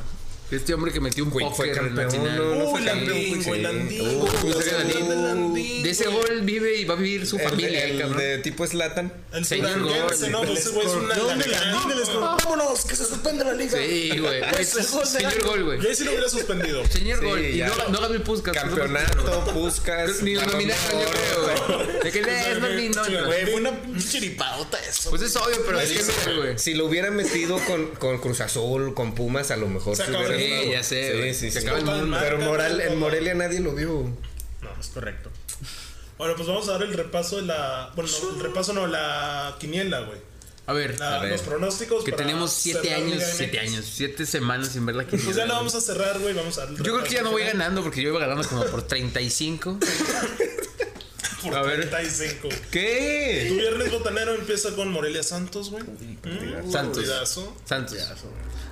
este hombre que metió un
Güey, fue
póker en la
campeón,
final.
¿no?
Uy,
Sí,
Landín, güey,
sí.
Landín.
Uh,
güey,
pues,
la
Landín.
segunda de Landín,
De ese
güey.
gol vive y va a vivir su
El,
familia,
de- el
cabrón.
de tipo Slatan.
El
Señor
sudanguense,
gol,
no, pues
el
ese güey es una
¿De dónde
lacra,
la
güey.
Vámonos, que se suspende la liga.
Sí, güey. Güey, Señor gol, güey.
Yo ahí sí lo hubiera suspendido.
Señor
Sí,
gol. Y
ya.
no, no ganó el Puskas.
Campeonato, buscas.
Ni lo
Balón de
nominaron, yo
Oro.
creo, güey. De que eh, es más ni no, no.
Güey, fue una chiripadota eso.
Pues es obvio, pero es que mira, güey.
Si lo hubiera metido con, con Cruz Azul, con Pumas, a lo mejor
Se
se
acaba el
hubiera dado.
Sí, ya sé, güey.
Sí, sí,
Se
sí.
acaba el mundo.
Pero Moral- en
Todo.
Morelia nadie lo vio.
No, es correcto. Bueno, pues vamos a dar el repaso de la. Bueno, no, el repaso no, la quiniela, güey.
A ver,
La-
A ver.
los pronósticos.
que
para
tenemos siete
cerrar
años,
Liga MX.
siete años, siete semanas sin ver la
Pues ya la
quiniela.
vamos a cerrar, güey. Vamos a dar el
Yo creo que ya no voy
repaso
ganando porque yo iba ganando como por 35.
Por
A ver.
35. Tu
¿Qué?
viernes botanero empieza con Morelia Santos, güey. Mm,
Santos.
partidazo.
Santos.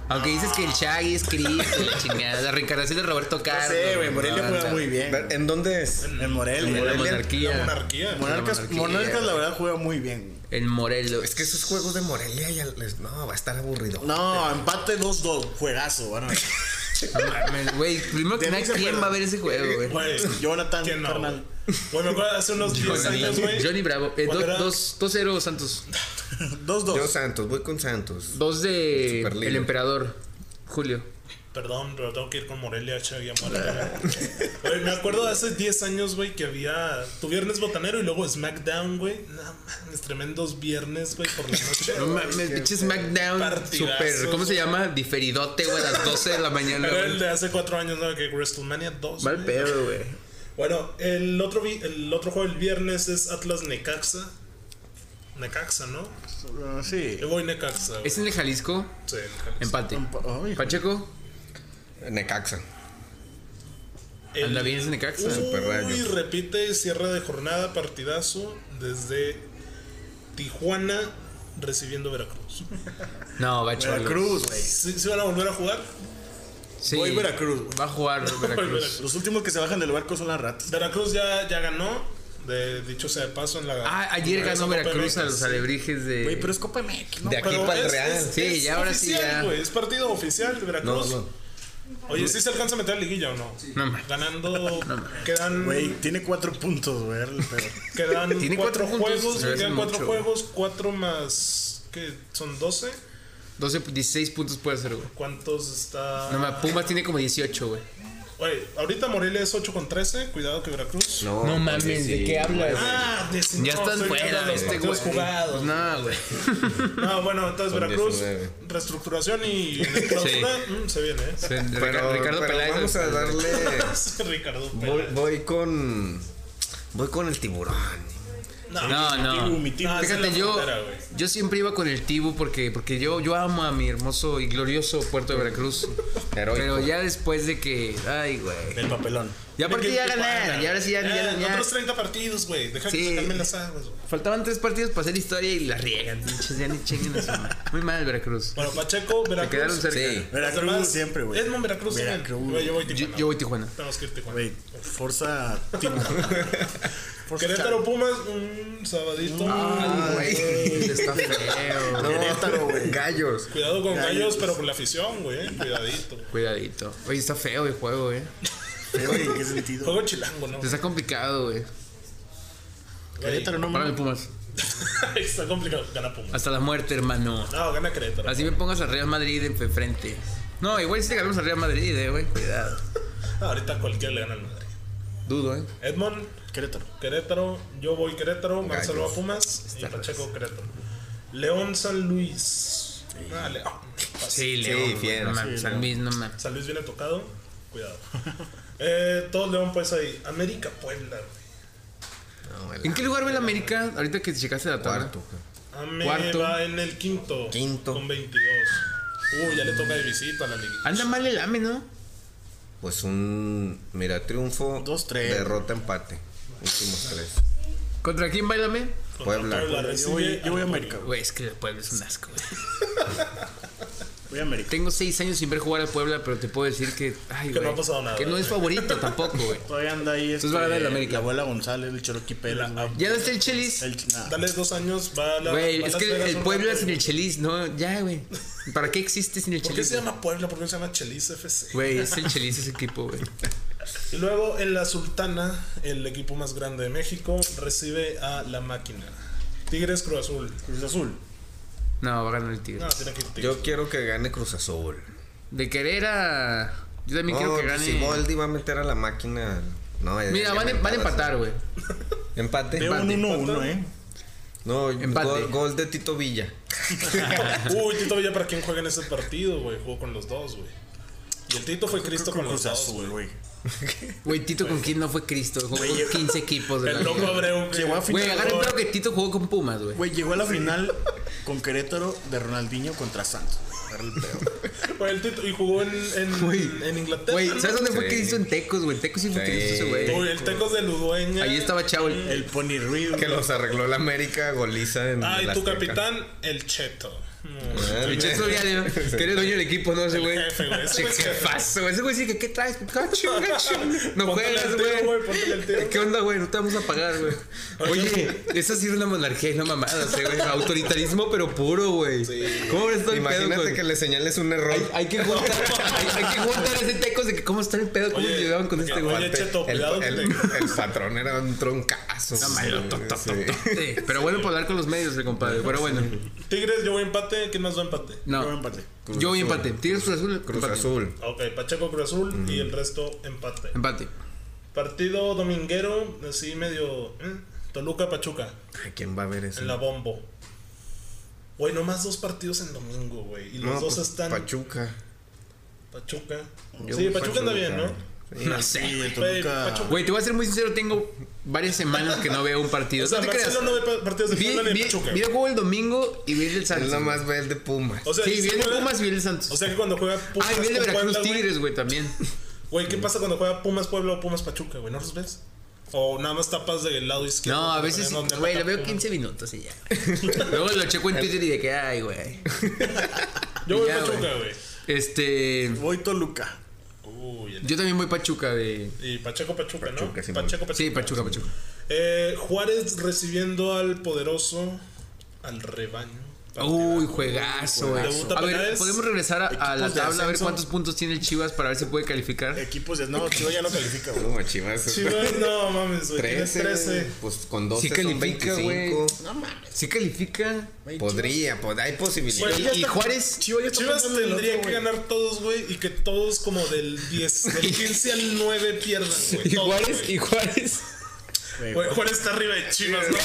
Aunque dices que el Shaggy es Cristo, la chingada, la reencarnación de Roberto Carlos.
sé, güey, Morelia
no,
juega
no,
muy bien.
Ver, ¿En dónde es?
En Morelia.
En la
Morelia.
monarquía.
La monarquía.
Monarcas,
monarquía,
Monarcas, la
güey.
verdad, juega muy bien.
En Morelos.
Es que esos juegos de Morelia ya les- No, va a estar aburrido.
No, empate 2-2, juegazo. Bueno,
No mames, Güey, primero que
De
nada,
mí se
¿quién
acuerda.
va a ver ese juego, güey?
Güey,
Jonathan,
¿quién no,
carnal.
güey? Bueno, me acuerdo hace unos 10 años, güey.
Johnny Bravo. Eh,
¿Cuál
do-
era?
dos- 2-0 Santos.
2-2.
Yo Santos, voy con Santos.
Dos de
Superliga.
El Emperador, Julio.
Perdón, pero tengo que ir con Morelia, Chevy, a Morelia. Güey, me acuerdo de hace 10 años, güey, que había tu viernes botanero y luego SmackDown, güey. No mames, tremendos viernes, güey, por la noche.
No mames, pinche SmackDown.
Partidazos,
Super, ¿cómo se
güey.
llama? Diferidote, güey, a las 12 de la mañana.
Era el
güey.
de hace 4 años, ¿no? Que WrestleMania 2.
Mal
güey.
pedo, güey.
Bueno, el otro, vi- el otro juego el viernes es Atlas Necaxa. Necaxa, ¿no?
Ah, Sí.
Yo voy Necaxa. güey.
¿Es en el Jalisco?
Sí, Necaxa.
Empate.
Ay,
Pacheco,
Necaxa.
El-
anda bien ese Necaxa.
Super
Uy,
Rayos.
repite cierre de jornada, partidazo desde Tijuana recibiendo Veracruz.
No, va a Cholos.
Veracruz, güey.
¿Sí, sí van a volver a jugar?
Sí.
Voy Veracruz, güey.
Va a jugar Veracruz.
Veracruz.
Los últimos que se bajan del barco son las ratas.
Veracruz ya, ya ganó, de, dicho sea de paso, en la...
Ah, ayer
en
ganó
esa Copa
Veracruz
MX.
a los alebrijes de.
Güey, pero es Copa MX, ¿no?
De aquí
Pero
para el
es-
Real.
es-
Sí,
es
ya ahora sí,
oficial,
ya.
güey, es partido oficial de
No,
Veracruz.
no.
Oye, ¿sí se alcanza a meter a liguilla o no?
No, man.
Ganando, quedan...
Güey, tiene cuatro puntos, güey. Pero...
Quedan
Tiene
cuatro,
cuatro puntos,
juegos,
se me hace
quedan cuatro
mucho.
juegos, cuatro más... ¿Qué? ¿Son 12?
12, 16 puntos puede hacer, güey.
¿Cuántos está...?
No, ma, Pumas tiene como 18, güey.
Oye, ahorita Morelia es 8 con 13, cuidado que Veracruz.
Pues
No mames, ¿de qué hablas?
Ah,
Ya están fuera de este, güey.
jugados.
Pues nada, güey.
No, bueno, entonces
Son
Veracruz,
19.
reestructuración y en el clausura, mm, se viene, ¿eh?
Pero,
Ricardo
pero
Peláez.
vamos a darle.
Ricardo
voy,
Pérez.
voy con. Voy con el tiburón.
No, no.
Mi tibu.
Ah, esa
Fíjate,
es la
yo,
frontera, güey.
yo siempre iba con el Tibu porque, porque yo, yo amo a mi hermoso y glorioso puerto de Veracruz.
Heroico.
Pero ya después de que. Ay, güey.
El papelón.
Ya porque
Tijuana.
ya ganar. Y ahora sí ya. ya, ya-
Eh, Otros 30 partidos, güey. Deja
Sí.
que se calmen las aguas, güey.
Faltaban tres partidos para hacer historia y la riegan. Pinches, ya ni chinguen a su madre. Muy mal, Veracruz.
Bueno, Pacheco,
Se quedaron
Veracruz.
cerca.
Sí.
Las
Veracruz
demás-
siempre, güey.
Edmond Veracruz también.
Veracruz.
Güey, Yo voy
Yo,
Tijuana.
yo voy a Tijuana.
Tenemos que ir Tijuana.
Güey, Forza Tibu. Forza
Querétaro Pumas, un sabadito.
Ay, güey, está feo.
No,
Querétaro, güey.
Gallos.
Cuidado con gallos, pero con la afición, güey. eh, Cuidadito.
Cuidadito. Oye, está feo el juego, eh.
Chavo. Güey, ¿en qué sentido?
Juego chilango, ¿no?
Está complicado, güey.
Querétaro no
Para mi
mames.
Pumas.
Está complicado. Gana Pumas.
Hasta la muerte, hermano.
No, gana Querétaro.
Así me pongas al Real Madrid en frente. No, igual si te ganamos al Real Madrid, eh, güey. Cuidado.
Ah, ahorita cualquiera le gana al Madrid.
Dudo, eh.
Edmond,
Querétaro.
Querétaro. Yo voy Querétaro. Marcelo
Gallos.
a Pumas. Y Pacheco Querétaro. León San Luis. Ah, León.
Sí,
Sí,
León. güey,
fiera,
no mames,
sí,
San
León.
Luis, no mames.
San Luis viene tocado. Cuidado. Eh, todo León, pues ahí. América Puebla, güey.
No, el
¿En qué lugar va el América? Ahorita que checaste la tabla.
cuarto.
Ame
Cuarto.
va en el quinto.
Quinto.
Con 22. Uy, ya le toca de visita a la liga.
Anda mal el AME, ¿no?
Pues un. Mira, triunfo.
Dos, tres.
Derrota, empate. Últimos tres.
¿Contra quién va el AME?
Contra
Puebla.
Yo voy,
recibe
yo voy a
al-
América, güey.
Güey, es que el pueblo es un asco, güey.
Güey, Voy a América.
Tengo seis años sin ver jugar al Puebla, pero te puedo decir que. ay,
Que no
güey,
ha pasado nada,
Que no
güey.
es favorito tampoco, güey.
Todavía anda ahí. este,
Entonces va a ganar el América.
La abuela González, el Choroqui Pérez.
La-
güey.
Ya no está el Chelis.
El ch- nah.
Dale dos años, va a la.
Güey,
va a
es
Las
que
Vegas
el
un
Puebla
rato,
sin
güey.
el Chelis, no, ya, güey. ¿Para qué existe sin el
¿Por qué
Chelis?
se llama Puebla? ¿Por qué se llama Chelis FC?
Güey, es el Chelis ese equipo, güey.
Y luego en la Sultana, el equipo más grande de México, recibe a la máquina. Tigres Cruz Azul.
Cruz Azul.
No, va a ganar el Tigre.
No, tiene que ir Tigres.
Yo quiero que gane Cruz Azul.
De querer a. Yo también
No,
quiero que
pues,
gane.
Si Boldi va a meter a la máquina. No, ya-
Mira,
ya
van, a- van a
mentadas,
empatar,
¿no?
güey.
Empate.
Veo un
Empate.
1-1, ¿eh?
No,
Empate.
Gol, gol de Tito Villa.
Uy, Tito Villa, ¿para quién juega en ese partido, güey? Jugó con los dos, güey. Y el Tito fue Cristo con los
Cruz
dos,
Azul,
güey.
güey.
Güey, Tito con quién no fue Cristo. Jugó con 15 equipos de la
El loco
liga.
Abreu. que-
Llegó a fin-
Güey, agarra el
Güey.
pedo que Tito jugó con Pumas, güey.
Güey, llegó a la final con Querétaro de Ronaldinho contra Santos. Agarra el pedo.
Güey, el Tito- y jugó en, en, en Inglaterra.
Güey,
¿no?
¿sabes dónde fue
Sí.
Cristo? En Tecos, güey. En Tecos sí fue
Sí.
Cristo ese, güey.
Uy, el Tecos de Ludueña.
Ahí estaba Chavo. el-
El Pony Ruido.
Que los arregló la América goliza en.
Ah, y
el
tu
Azteca.
capitán, el Cheto. Mm.
Ah,
El
mira.
Cheso Diario, que era el dueño del equipo, ¿no? Ese güey.
jefe, güey. Ese
Che,
güey es jefe.
jefazo, güey. Ese güey sí que, ¿qué traes? Cacho, cacho. No
Póntale al
juegas,
tiro,
güey.
güey, póntale al tiro.
¿Qué onda, güey? No te vamos a pagar, güey. Oye, esa sí era una monarquía y una mamada, ese güey. Autoritarismo, pero puro, güey. ¿Cómo habrá estado el pedo,
Imagínate
güey?
que le señales un error.
Hay, hay que juntar, hay, hay que juntar ese tecos de que cómo está el pedo, cómo
Oye,
llegaban con
oye,
este
oye,
güey.
Cheto,
el,
cuidado que
el-
te-
el patrón era un troncazo.
Ah, malo,
Sí,
to, to, to,
sí.
to. Pero bueno, por hablar con los medios, el compadre. Pero bueno,
Tigres, yo voy empate. ¿Quién más va empate?
Yo
no.
empate.
Cruz
Yo voy
Azul.
empate. Tigres Cruz Azul.
Cruz
empate.
Azul.
Ok, Pacheco Cruz Azul
Mm.
y el resto empate.
Empate.
Partido dominguero, así medio. ¿eh? Toluca Pachuca,
Ay, ¿quién va a ver eso?
en la bombo. Güey, nomás dos partidos en domingo, güey. Y los
No,
dos
pues,
están.
Pachuca.
Pachuca.
Yo
sí,
voy
Pachuca anda bien, ¿no?
Sí.
No sé.
Y el
Güey,
Toluca.
Pachuca.
Güey, te voy a ser muy sincero, tengo varias semanas que no veo un partido.
O sea,
no te
Marcelo
creas.
no ve pa- partidos de
vi,
Puebla ni de
vi-
Pachuca.
vi el juego el domingo y vi el del
Él
Santos.
nada más ve el de Pumas.
o sea,
sí, vi el de
juega-
Pumas y vi el del Santos.
O sea que cuando juega Pumas.
ah, y vi el de
con
Veracruz
Puebla, güey,
Tigres, güey, también.
Güey, ¿qué pasa cuando juega Pumas Puebla o Pumas Pachuca, güey? ¿No los ves? O nada más tapas del lado izquierdo.
No, a veces, sí,
donde
güey, le
ataca
veo
Pumas.
15 minutos y ya. Luego lo checo en Twitter y de que, ay, güey.
Yo voy
Ya,
Pachuca, güey.
Este,
Voy Toluca.
Uy, el-
yo también voy Pachuca de...
Y Pacheco Pachuca, ¿no?
Pachuca, Simón.
Pacheco Pachuca.
Sí, Pachuca, Pachuca.
Eh, Juárez recibiendo al poderoso, al rebaño.
Uy, juegazo, güey.
Debuta
A ver,
penales,
podemos regresar a, a la
equipos de
tabla a ver
ascenso. Eh.
cuántos puntos tiene el Chivas para ver si puede calificar.
Equipos de. No, Chivas ya no califica, güey.
No, Chivas.
Chivas, no mames, güey. Tiene
13,
13.
Pues con 12
Sí
son
califica,
25.
güey. Si califica.
Podría, pod- hay posibilidad.
Güey,
Y,
ya
y
está-
Juárez.
Chivas ya está
Chivas
pensando en el
tendría
otro,
que
güey.
ganar todos, güey, y que todos como del 10, del 15 al 9 pierdan, güey.
Y
Todos,
Juárez,
güey.
y Juárez.
Güey, Juárez está arriba de Chivas, ¿no?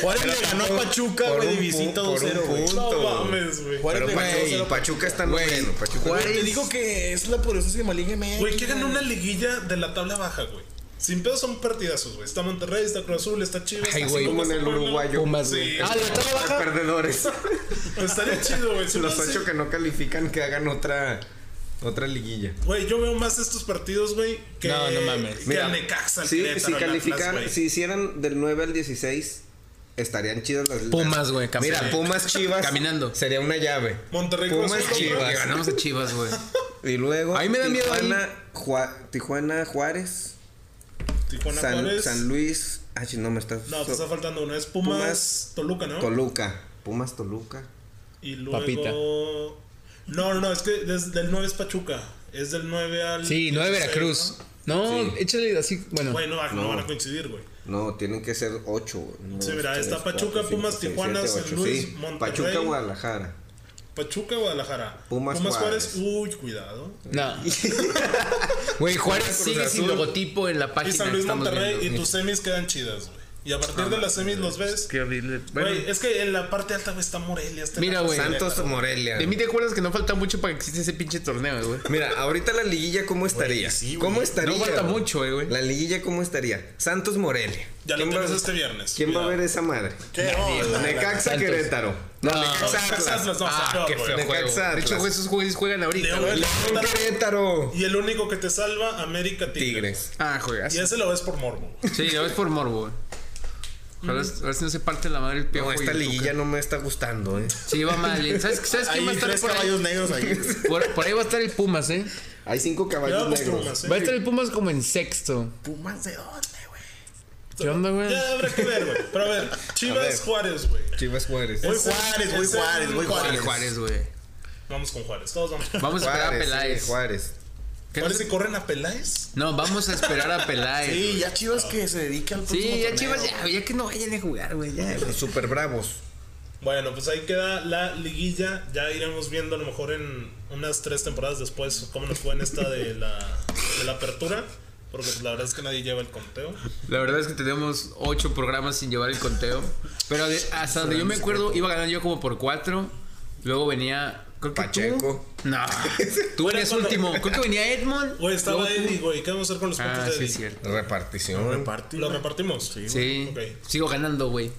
Juárez le ganó a Pachuca,
por
güey, de
un
visita
pu- por un
2-0, güey.
punto.
No mames, güey.
Juárez
Pero
le ganó
Pachuca,
2-0 a
Pachuca está noveno. Pachuca
Juárez-
Te digo que es la poderosísima Liga MX.
Güey, que ganó una liguilla de la tabla baja, güey. Sin pedo son partidazos, güey. Está Monterrey, está Cruz Azul, está Chivas.
Ay,
está
güey,
como
Pumas,
en el
está Puebla.
uruguayo.
Pumas,
güey.
Sí.
Ah, la tabla
Los
baja.
perdedores.
Pues estaría chido, güey. Si
Los
no, sí.
ocho que no califican que hagan otra otra liguilla.
Güey, yo veo más estos partidos, güey, que
No, no mames.
que al Necaxa, al
sí,
Querétaro,
si
al Atlas,
calificaran,
güey.
si hicieran del 9 al 16 estarían chidas las
Pumas, güey,
Mira,
campeón.
Pumas Chivas.
Caminando.
Sería una llave.
Monterrey
Pumas
Cruz Azul,
Que
Chivas.
ganamos a Chivas, güey.
Y luego
Ahí me da miedo ahí.
Tijuana, Jua- Tijuana Juárez,
Tijuana
San,
Juárez.
San Luis, ah, sí, no me está
No, te
so-
está faltando uno. Es Pumas,
Pumas,
Toluca, ¿no?
Toluca, Pumas Toluca.
y luego.
Papita.
No, no, no, es que desde del 9 es Pachuca. Es del 9 al.
Sí, no de
16,
Veracruz. No,
Sí.
échale así,
¿no?
bueno.
Güey, no, va- no
No.
van a coincidir, güey.
No, tienen que ser 8.
Sí, mira, está Pachuca, Pumas, Tijuana, San Luis, Monterrey.
Pachuca, Guadalajara.
Pachuca, Guadalajara.
Pumas,
Juárez.
Juárez.
Uy, cuidado.
No. Güey, Juárez
Cruz
sigue sin
Azul.
logotipo en la
Y
página
San
que
Luis,
estamos
Monterrey.
viendo. Este,
Y tus semis quedan chidas, güey. Y a partir de las semis los ves.
Bueno,
Güey, es que en la parte alta, güey, está Morelia. está
Mira,
la-
güey.
Santos, Morelia.
de mí te acuerdas que no falta mucho para que exista ese pinche torneo, eh, güey.
Mira, ahorita la liguilla, ¿cómo estaría?
sí, güey.
¿Cómo estaría?
No falta
güey?
mucho, eh, güey.
La liguilla, ¿cómo estaría? Santos, Morelia.
Ya lo
¿Quién, va,
tenemos este viernes.
quién va a
cuidado.
ver esa madre?
¿Qué? No,
Necaxa,
Santos.
Querétaro. No,
No,
Necaxa,
Necaxa,
Atlas.
Atlas, no,
ah,
está
qué
peor,
feo
güey.
juego.
Necaxa,
De hecho,
Atlas.
güey, esos juegos juegan ahorita,
León,
güey.
León, Querétaro.
Y el único que te salva, América Tigres.
Tigres.
Ah,
Y
juegas.
ese lo ves por morbo.
Sí, lo ves por morbo, güey. Ojalá, a ver si no se parte la madre el piojo.
No, esta
y el
liguilla
Tuca.
no me está gustando, ¿eh?
Sí, va mal. ¿eh? ¿Sabes, sabes quién
Hay
va a estar
tres
por
caballos
ahí?
negros ahí.
Por, por ahí va a estar el Pumas, ¿eh?
Hay cinco caballos
Ya, pues,
negros.
Pumas, ¿eh?
Va a estar el Pumas como en sexto.
Pumas de dónde, güey.
¿Qué onda, güey?
Ya habrá que ver, güey. Pero a ver, Chivas
A ver.
Juárez, güey.
Chivas Juárez.
Voy Juárez, voy Juárez, voy
El
Juárez.
Juárez, güey.
Vamos con Juárez, todos vamos.
Vamos a esperar a
Juárez,
Peláez.
sí, Juárez.
¿Qué
Juárez
no-
si corren a Peláez.
No, vamos a esperar a Peláez.
Sí,
güey.
ya Chivas que se dedica al
Sí,
próximo
ya
torneo.
Chivas, ya, ya que no vayan a jugar, güey. Ya, güey.
Los Super Bravos.
Bueno, pues ahí queda la liguilla. Ya iremos viendo a lo mejor en unas tres temporadas después cómo nos fue en esta de la, de la apertura. Porque pues, la verdad es que nadie lleva el conteo.
La verdad es que tenemos ocho programas sin llevar el conteo. Pero de- hasta donde yo me acuerdo, iba ganando yo como por cuatro. Luego venía. Creo que tú.
Pacheco.
No. Tú venías último. Creo que venía Edmond.
Güey, estaba
luego tú.
Eddie, güey. ¿Qué vamos a hacer con los puntos
Ah,
de
sí,
Eddie?
es cierto.
Repartición.
Repartir,
¿Lo
güey.
repartimos?
Sí. Ah,
Ok.
Sigo ganando, güey.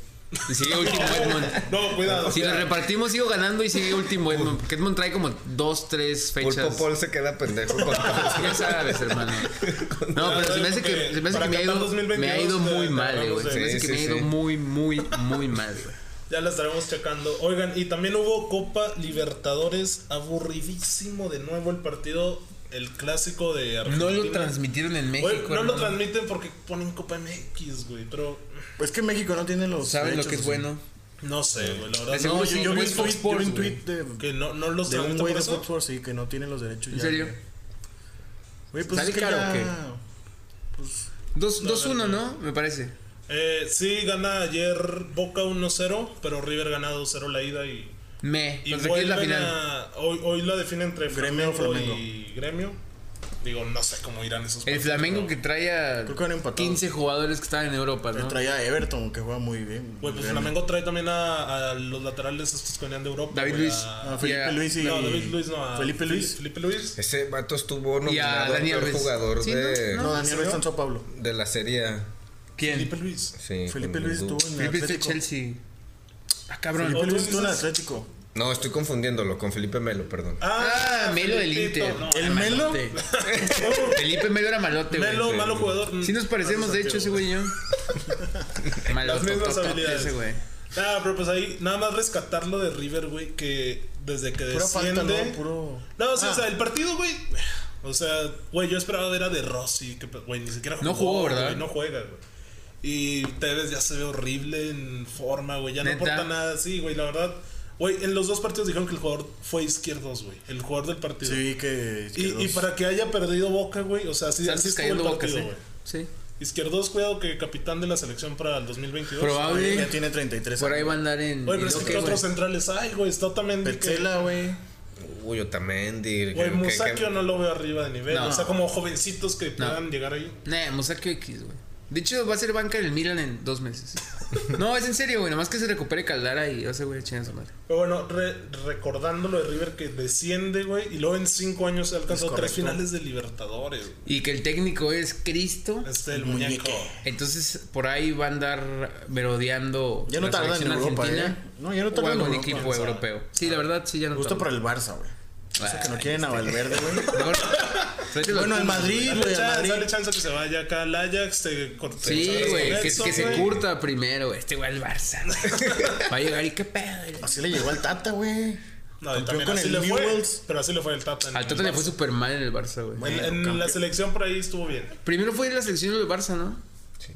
Y sigue último Edmond.
No, cuidado.
Si lo repartimos, sigo ganando y sigue último Edmond. Porque Edmond trae como dos, tres fechas.
Pulpo Paul se queda pendejo con
Ya sabes, hermano. No, pero se me hace que, se me, hace que me, ha, ido, me ha ido muy mal, eh, güey. Se me hace que me ha ido muy, muy, muy mal, güey.
Ya la estaremos checando. Oigan, y también hubo Copa Libertadores. Aburridísimo de nuevo el partido. El clásico de
No
Argentina.
lo transmitieron en México.
Güey, no lo
hermano.
transmiten porque ponen Copa MX, güey. Pero
Es que México no tiene los.
¿Saben lo
derechos,
que es
güey.
bueno?
no sé, güey. La verdad,
Ese
no,
güey
No,
yo-
yo,
sí,
yo vi
güey,
un tweet,
Fox
yo vi un
Sports,
tweet de,
que no, no los
de un
transmiten
güey
por
de
eso.
Fox Sports, sí, que no tiene los derechos.
¿En
ya,
serio?
güey. Güey, pues
¿Sale
es que
caro
ya-
o
Pues,
2-1,
No,
¿no?
no, no.
Me parece.
Eh, sí, gana ayer Boca 1-0, pero River gana 2-0 la ida y...
Me.
Y
Contra quién es la
vuelven
final.
a- hoy, hoy la define entre Gremio,
Gremio,
Flamengo
Flamengo.
y Gremio. Digo, no sé cómo irán esos
El
partidos,
Flamengo
pero-
que trae a
Creo que van empatados.
15 jugadores que estaban en Europa,
le
¿no?
traía a Everton, que juega muy bien.
Güey, pues
Bien.
Flamengo trae también a, a los laterales estos que venían de Europa.
David
güey,
Luis.
a-
A Felipe
y a-
Luis y.
No, David Luis no. a
Felipe Luis.
Felipe Luis.
Ese vato
Y
estuvo
a
nominado a
Dani
peor
Alves.
jugador
Sí,
de,
¿En
No, Daniel Luis
serio?
está en Sao Paulo.
de la serie A.
¿Quién?
Felipe Luis.
Sí,
Felipe
con
Luis
Edu.
estuvo en
Felipe es de
Atlético.
Chelsea. Ah, cabrón.
Felipe Luis estuvo en
Entonces-
Atlético.
No, estoy confundiéndolo con Felipe Melo, perdón.
Ah, Melo del
Felipito,
Inter.
no.
¿El Melo?
Malote. Felipe Melo era malote, güey.
Melo, malo jugador.
Sí nos parecemos, de hecho, ese güey y yo.
Las mismas
Malototote
habilidades.
ese güey.
Ah, pero pues ahí, nada más rescatarlo de River, güey, que desde que
Pura falta,
desciende...
¿no? Puro.
No, sí, o
Ah.
sea, el partido, güey. O sea, güey, yo esperaba ver a De Rossi, que, güey, ni siquiera
No jugó, ¿verdad?
güey, no juega, güey. Y Tevez ya se ve horrible en forma, güey. Ya no
¿Neta?
aporta nada, sí, güey, la verdad. Güey, en los dos partidos dijeron que el jugador fue izquierdos, güey. El jugador del partido.
Sí, vi que.
Y, y para que haya perdido Boca, güey, o sea, sí,
Están
así estuvo el
cayendo bocas,
partido,
¿eh?
güey.
Sí.
Izquierdos, cuidado que capitán de la selección para el 2022.
Probable.
Ya tiene 33.
Por ahí va a andar en.
Güey,
en
pero es
lo
que
que,
¿qué otros
güey.
centrales hay, güey. Está también... de que-
Petzela, güey.
Uy, Otamendi.
Güey,
que- que-
Musakio no lo veo arriba de nivel.
No.
O sea, como jovencitos que puedan llegar ahí.
Nah, Musakio X, güey. De hecho, va a ser banca en el Milan en dos meses. No, es en serio, güey. Nomás que se recupere Caldara y ese güey chinga su madre.
Pero bueno, re- recordando lo de River que desciende, güey. Y luego en cinco años se ha alcanzado
Es
tres
correcto.
finales de Libertadores. güey.
Y que el técnico es Cristo.
Este, el
El
muñeco.
muñeque.
Entonces, por ahí va a andar merodeando.
Ya no
la
tarda en
selección
Europa, ¿eh? No, ya no tarda
o
en
algún
Europa,
equipo
quién sabe.
europeo. Sí, la verdad, sí, ya no
Me gusta
tarda.
para el Barça, güey. O sea, que no
Ay,
quieren
este.
a Valverde, güey.
Mejor- tráete los
Bueno, el
Pumas,
Madrid,
Dale
güey. al
chance,
Madrid.
dale chance que se vaya acá al Ajax. Te corte,
Sí,
¿sabes?
güey, que,
Edson,
que se
güey.
curta primero, güey. Este güey al Barça. güey. Va a llegar y qué pedo. güey.
Así le llegó al Tata, güey.
No, y
Campeón
también
con
así
el
le fue.
Newell's.
Pero así le fue el Tata. en
Al
el
Tata le fue
Barça.
súper mal en el Barça, güey.
En, en
Campeón.
la selección por ahí estuvo bien.
Primero fue la selección del Barça, ¿no?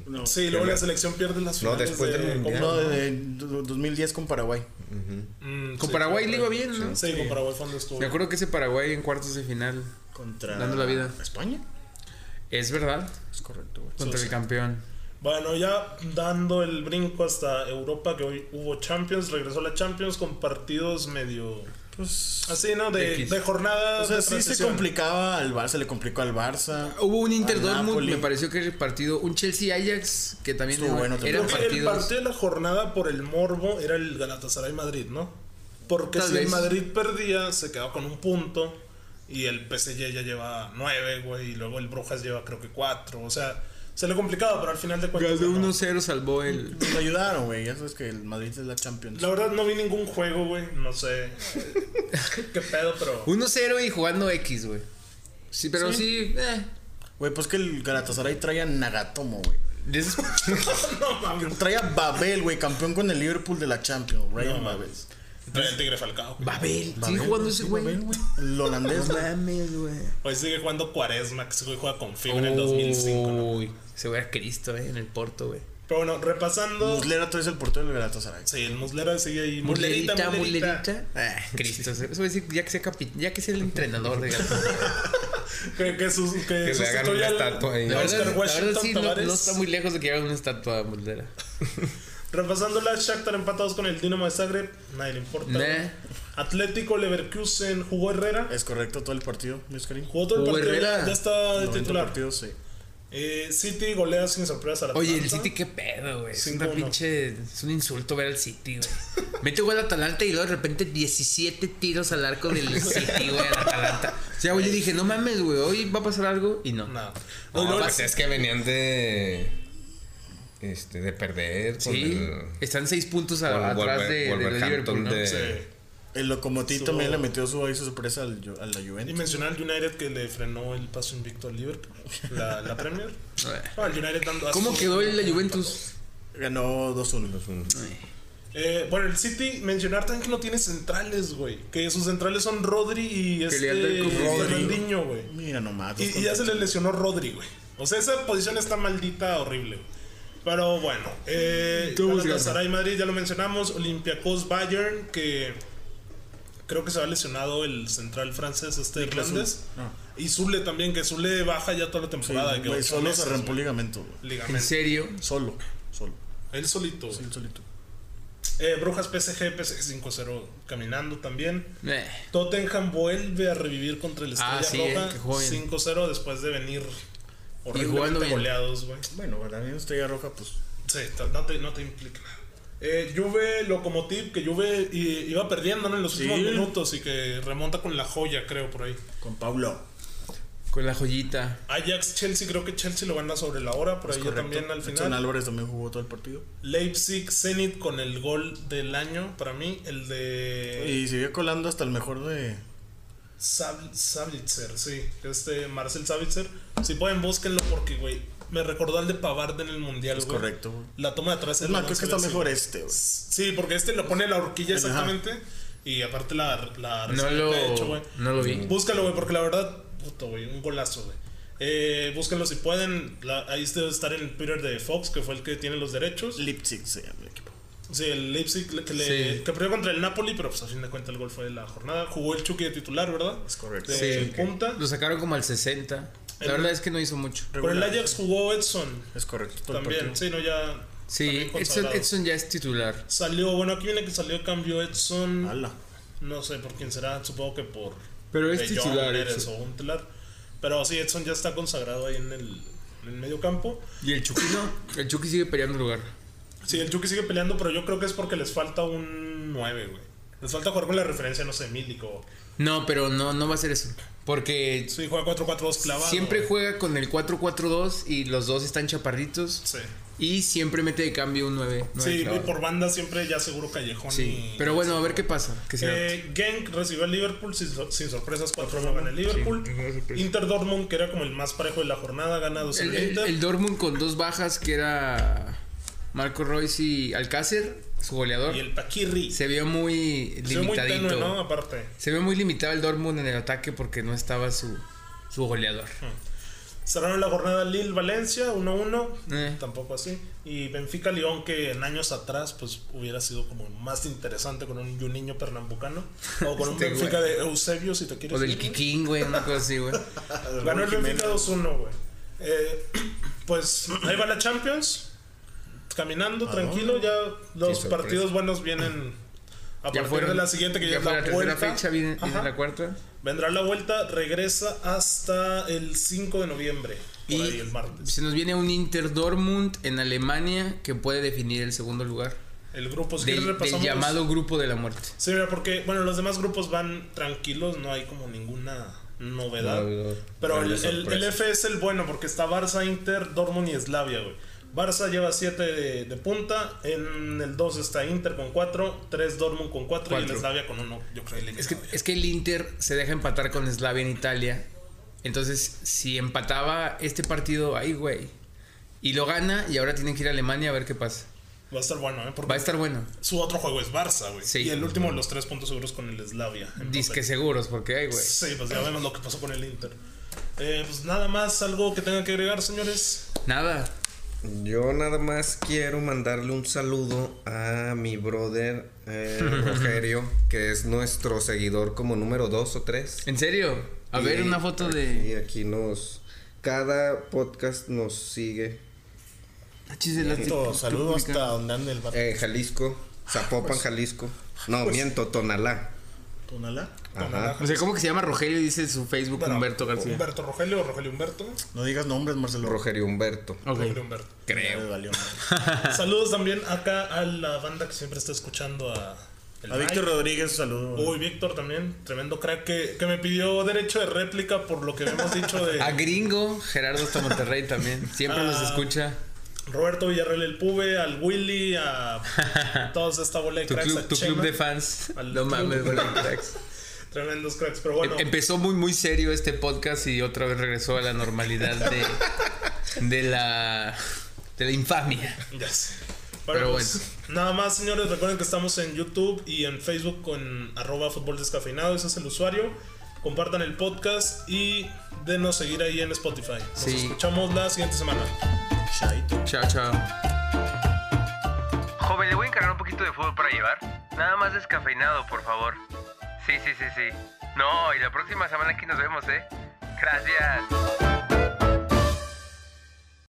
No,
Sí, luego la selección pierde las
No,
finales.
después
de-
del Mundial.
No, de, de 2010 con Paraguay.
Mm,
Con
sí,
Paraguay le
Paraguay.
iba bien, ¿no?
Sí, con Paraguay fue donde estuvo.
Me acuerdo que ese Paraguay en cuartos de final.
Contra.
Dando la vida.
España.
Es verdad,
Es correcto, güey.
contra el campeón.
Bueno, ya dando el brinco hasta Europa, que hoy hubo Champions, regresó la Champions con partidos medio
Pues.
así, ¿no? De,
X.
de jornada.
O sea,
de
sí se
transición. Uh.
complicaba al Barça, le complicó al Barça.
Hubo un
al
Inter Dortmund,
Napoli.
me pareció que era el partido. Un Chelsea Ajax, que también
Estuvo
era-
bueno también.
eran
Creo que el
partidos.
partido de la jornada por el morbo era el Galatasaray Madrid, ¿no? Porque
Tal
si el
vez.
Madrid perdía, se quedaba con un punto. Y el PSG ya lleva nueve, güey. Y luego el Brujas lleva creo que cuatro. O sea, se le complicaba, pero al final de cuentas.
Ganó
ganó.
1-0, salvó el.
Nos ayudaron, güey. Ya sabes que el Madrid es la Champions.
La verdad no vi ningún juego, güey. No sé eh, qué pedo, pero...
1-0 y jugando X, güey. Sí, pero sí. eh.
Güey, pues que el Galatasaray traía Nagatomo, güey. This- Trae a Babel, güey, campeón con el Liverpool de la Champions, Ryan
No,
Babel.
Trae el Tigre Falcao. güey.
Babel, sigue
Babel,
jugando ese
sí,
güey.
Babel, El holandés,
No
güey.
mames, güey.
Hoy sigue jugando Cuaresma, que ese güey juega con FIBA en el 2005. ¿no?
Uy, se ve a Cristo, eh, en el Porto, güey.
Oh. Pero bueno, repasando.
Muslera trae el portero del Galatasaray.
Sí, el Muslera sigue ahí.
Mulerita, mulerita. Ah, Cristo, eso es decir, ya que sea capi- ya que sea el entrenador de Galatasaray.
Que, que, sus, que,
le
sustituya
hagan una
al-
estatua ahí.
a
La
Oscar
verdad, la
Washington
verdad sí, no,
Tavares.
no está muy lejos de que hagan una estatua Muldera.
Repasando la Shakhtar empatados con el Dinamo de Zagreb, nadie le importa.
Nah.
Atlético Leverkusen jugó Herrera.
Es correcto todo el partido, Luis Karim.
Jugó todo el
Jugó
partido,
Herrera.
ya está de
90
titular.
partidos, sí.
Eh, City golea sin sorpresa al
Oye, el
Atalanta.
City, qué pedo, güey. Es una
5-1.
pinche. Es un insulto ver al City, güey. Mete gol al Atalanta y luego de repente 17 tiros al arco del City, güey, al Atalanta. O sea, güey, yo dije, no mames, güey, hoy va a pasar algo y no.
No.
No,
No, no,
pues es que venían de. Este, de perder. con
Sí,
el-
están 6 puntos a-
con el
atrás
Wolver-
de, de
Wolverhampton
Liverpool. ¿no?
de-
Sí.
El Locomotiv
Su-
también le metió su ahí su sorpresa al, Ju- a la
Y
Juventus.
mencionar al United que le frenó el paso invicto al Liverpool, la, la Premier.
Eh.
No, el United dando
¿Cómo
asco.
quedó el la Juventus?
Ganó 2-1.
Eh, bueno, el City, mencionar también que no tiene centrales, güey. Que sus centrales son Rodri y este
le andan con Rodri.
Fernandinho, güey.
Mira nomás. dos
Y, y ya
contra-
se le lesionó Rodri, güey. O sea, esa posición está maldita, horrible. güey. Pero bueno, eh,
Tú buscas,
Galatasaray Madrid, ya lo mencionamos. Olympiacos Bayern, que creo que se ha lesionado el central francés, este
Niklas
irlandés.
Zule. No.
Y Zule también, que Zule baja ya toda la temporada. que
Güey,
ocho
solo
meses,
se rompió
güey.
el ligamento, güey.
¿En
Ligamento.
serio?
Solo. Solo.
Él solito. güey.
Sí, solito.
Eh, Brujas PSG, PSG 5-0 caminando también.
Eh.
Tottenham vuelve a revivir contra el Estrella
Ah, sí, eh, que
Roja
jueguen.
5-0 después de venir
jugando
horriblemente
bien.
goleados, güey.
Bueno, para mí Estrella Roja, pues.
Sí, t- no te, no te implica nada. Eh, Juve Locomotiv, que Juve i- iba perdiendo ¿no? en los
Sí.
últimos minutos y que remonta con la joya, creo, por ahí.
Con Pablo.
Con la joyita.
Ajax Chelsea, creo que Chelsea lo gana sobre la hora, por ahí ya también al
Edson
final.
Álvarez también jugó todo el partido.
Leipzig Zenit con el gol del año, para mí, el de
Y siguió colando hasta el mejor de.
Sab- Sabitzer, sí, este Marcel Sabitzer. Si pueden, búsquenlo porque, güey, me recordó al de Pavard en el Mundial,
Es
güey.
correcto, güey.
La toma de atrás
Es
el
más, creo que está mejor este, güey.
Sí, porque este lo pone la horquilla
Ajá.
exactamente. Y aparte la, la
No
receta
lo,
que he hecho, güey.
no lo vi.
Búscalo, güey, porque la verdad, puto, güey, un golazo, güey. Eh, búsquenlo si pueden. La- ahí debe estar en el Twitter de Fox, que fue el que tiene los derechos.
Leipzig se llama el equipo.
Sí, el Leipzig le- que, le,
Sí.
que perdió contra el Napoli, pero pues a fin de cuentas el gol fue de la jornada. Jugó el Chucky de titular, ¿verdad?
Es correcto.
De
Sí.
punta.
Lo sacaron como al 60. La
El-
verdad es que no hizo mucho.
Por el Ajax jugó Edson.
Es correcto. todo el
También,
partido.
sí, no, ya.
Sí,
también
Edson,
consagrado.
Edson ya es titular.
Salió, bueno, aquí viene que salió cambio Edson.
Ala.
No sé por quién será, supongo que por.
Pero es
De Jong,
titular,
Neres
Edson.
o un titular. Pero sí, Edson ya está consagrado ahí en el, en el medio campo.
Y el Chucky no. El Chucky sigue peleando lugar.
Sí, el Chucky sigue peleando, pero yo creo que es porque les falta un 9, güey. Les falta jugar con la referencia, no sé, Milico.
No, pero no, no va a ser eso. Porque
Sí, juega 4-4-2 clavado.
siempre
güey.
juega con el 4-4-2 y los dos están chaparritos.
Sí.
Y siempre mete de cambio un 9.
Sí, y por banda siempre ya seguro Callejón.
sí.
y-
Pero bueno, a ver qué pasa. Que se adapte.
Eh, Genk recibió al Liverpool sin, sor- sin sorpresas, 4-1 gana el Liverpool. Inter Dortmund, que era como el más parejo de la jornada, gana 2
el,
el,
el-
Inter.
el Dortmund con dos bajas que era Marco Royce y Alcácer, su goleador.
y el Paquirri.
Se vio muy
Se ve muy
limitadito.
tenue, ¿no? Aparte.
Se vio muy limitado el Dortmund en el ataque porque no estaba su, su goleador.
Cerraron la jornada Lille-Valencia, 1-1.
Eh.
Tampoco así. Y Benfica-León, que en años atrás, pues hubiera sido como más interesante con un, y un niño pernambucano. O con un
Este
Benfica de Eusebio, si te quieres.
O del
ir, güey.
Kikín, güey, una cosa así, güey.
Ganó el Benfica 2-1, güey. Eh, pues ahí va la Champions.
Ah,
Caminando, tranquilo. Ya los
sorpresa.
partidos buenos vienen a
Ya
partir
fueron.
de la siguiente, que ya,
ya
es
fue la,
la,
tercera
vuelta.
fecha, viene, viene
Ajá.
la cuarta.
Vendrá la vuelta, regresa hasta el 5 de noviembre. Por
Y-
ahí el martes.
Se nos viene un Inter Dortmund en Alemania que puede definir el segundo lugar
El grupo, si quieres
del, del
Pues, repasamos.
llamado grupo de la muerte.
Sí, mira, porque, bueno, los demás grupos van tranquilos, no hay como ninguna novedad.
No, no,
Pero el,
grande
el, el
sorpresa.
F es el bueno, porque está Barça, Inter, Dortmund y Slavia, güey. Barça lleva 7 de, de punta, en el 2 está Inter con 4, 3 Dortmund con 4 y el
Cuatro.
Slavia con 1, yo creo
Es que, es que el Inter se deja empatar con Slavia en Italia. Entonces, si empataba este partido ahí, güey, Y lo gana y ahora tienen que ir a Alemania a ver qué pasa.
Va a estar bueno, ¿eh? Porque
Va a estar bueno.
su otro juego es Barça, güey.
Sí.
Y el último de los tres puntos seguros con el Slavia. en
Disque
papel.
seguros, porque ay, güey.
Sí, pues ya vemos lo que pasó con el Inter. Eh, pues nada más, algo que tengan que agregar, señores.
Nada.
Yo nada más quiero mandarle un saludo a mi brother eh, Rogerio, que es nuestro seguidor como número 2 o 3.
¿En serio? A ver una foto de...
Y aquí nos... Cada podcast nos sigue.
Achis, de las-
Saludos saludo
República.
hasta donde anda el barco.
Eh, Jalisco, Zapopan, Jalisco. No, miento, Tonalá.
Tonalá.
Ajá.
O sea, ¿cómo que se llama Rogelio? y Dice su Facebook
Bueno,
Humberto García.
Humberto Rogelio, Rogelio Humberto.
No digas nombres, Marcelo.
Rogerio Humberto.
Ok.
Rogelio Humberto.
Me valió madre.
Saludos también acá a la banda que siempre está escuchando a... el
A Víctor
Mike.
Rodríguez, un saludo.
Uy, Víctor también, tremendo crack que, que me pidió derecho de réplica por lo que hemos dicho de...
A Gringo, Gerardo hasta Monterrey también. Siempre nos
Ah.
escucha.
Roberto Villarreal el Pube, al Willy, a todos esta bola de
Tu
cracks, a
club, tu
Chema.
club de fans.
Al
No
club.
mames, güey, cracks.
Tremendos cracks, pero bueno.
Em- Empezó muy, muy serio este podcast y otra vez regresó a la normalidad de, de la, de la infamia.
Ya sé.
Pero
Pero pues, Nada más, señores, recuerden que estamos en YouTube y en Facebook con arroba fútbol descafeinado, ese es el usuario. Compartan el podcast y denos seguir ahí en Spotify. Nos
Sí.
escuchamos la siguiente semana.
Chaito.
Chao, chao. Joven, le voy a encargar un poquito de fútbol para llevar. Nada más descafeinado, por favor. Sí, sí, sí, sí. No, y la próxima semana aquí nos vemos, ¿eh? Gracias.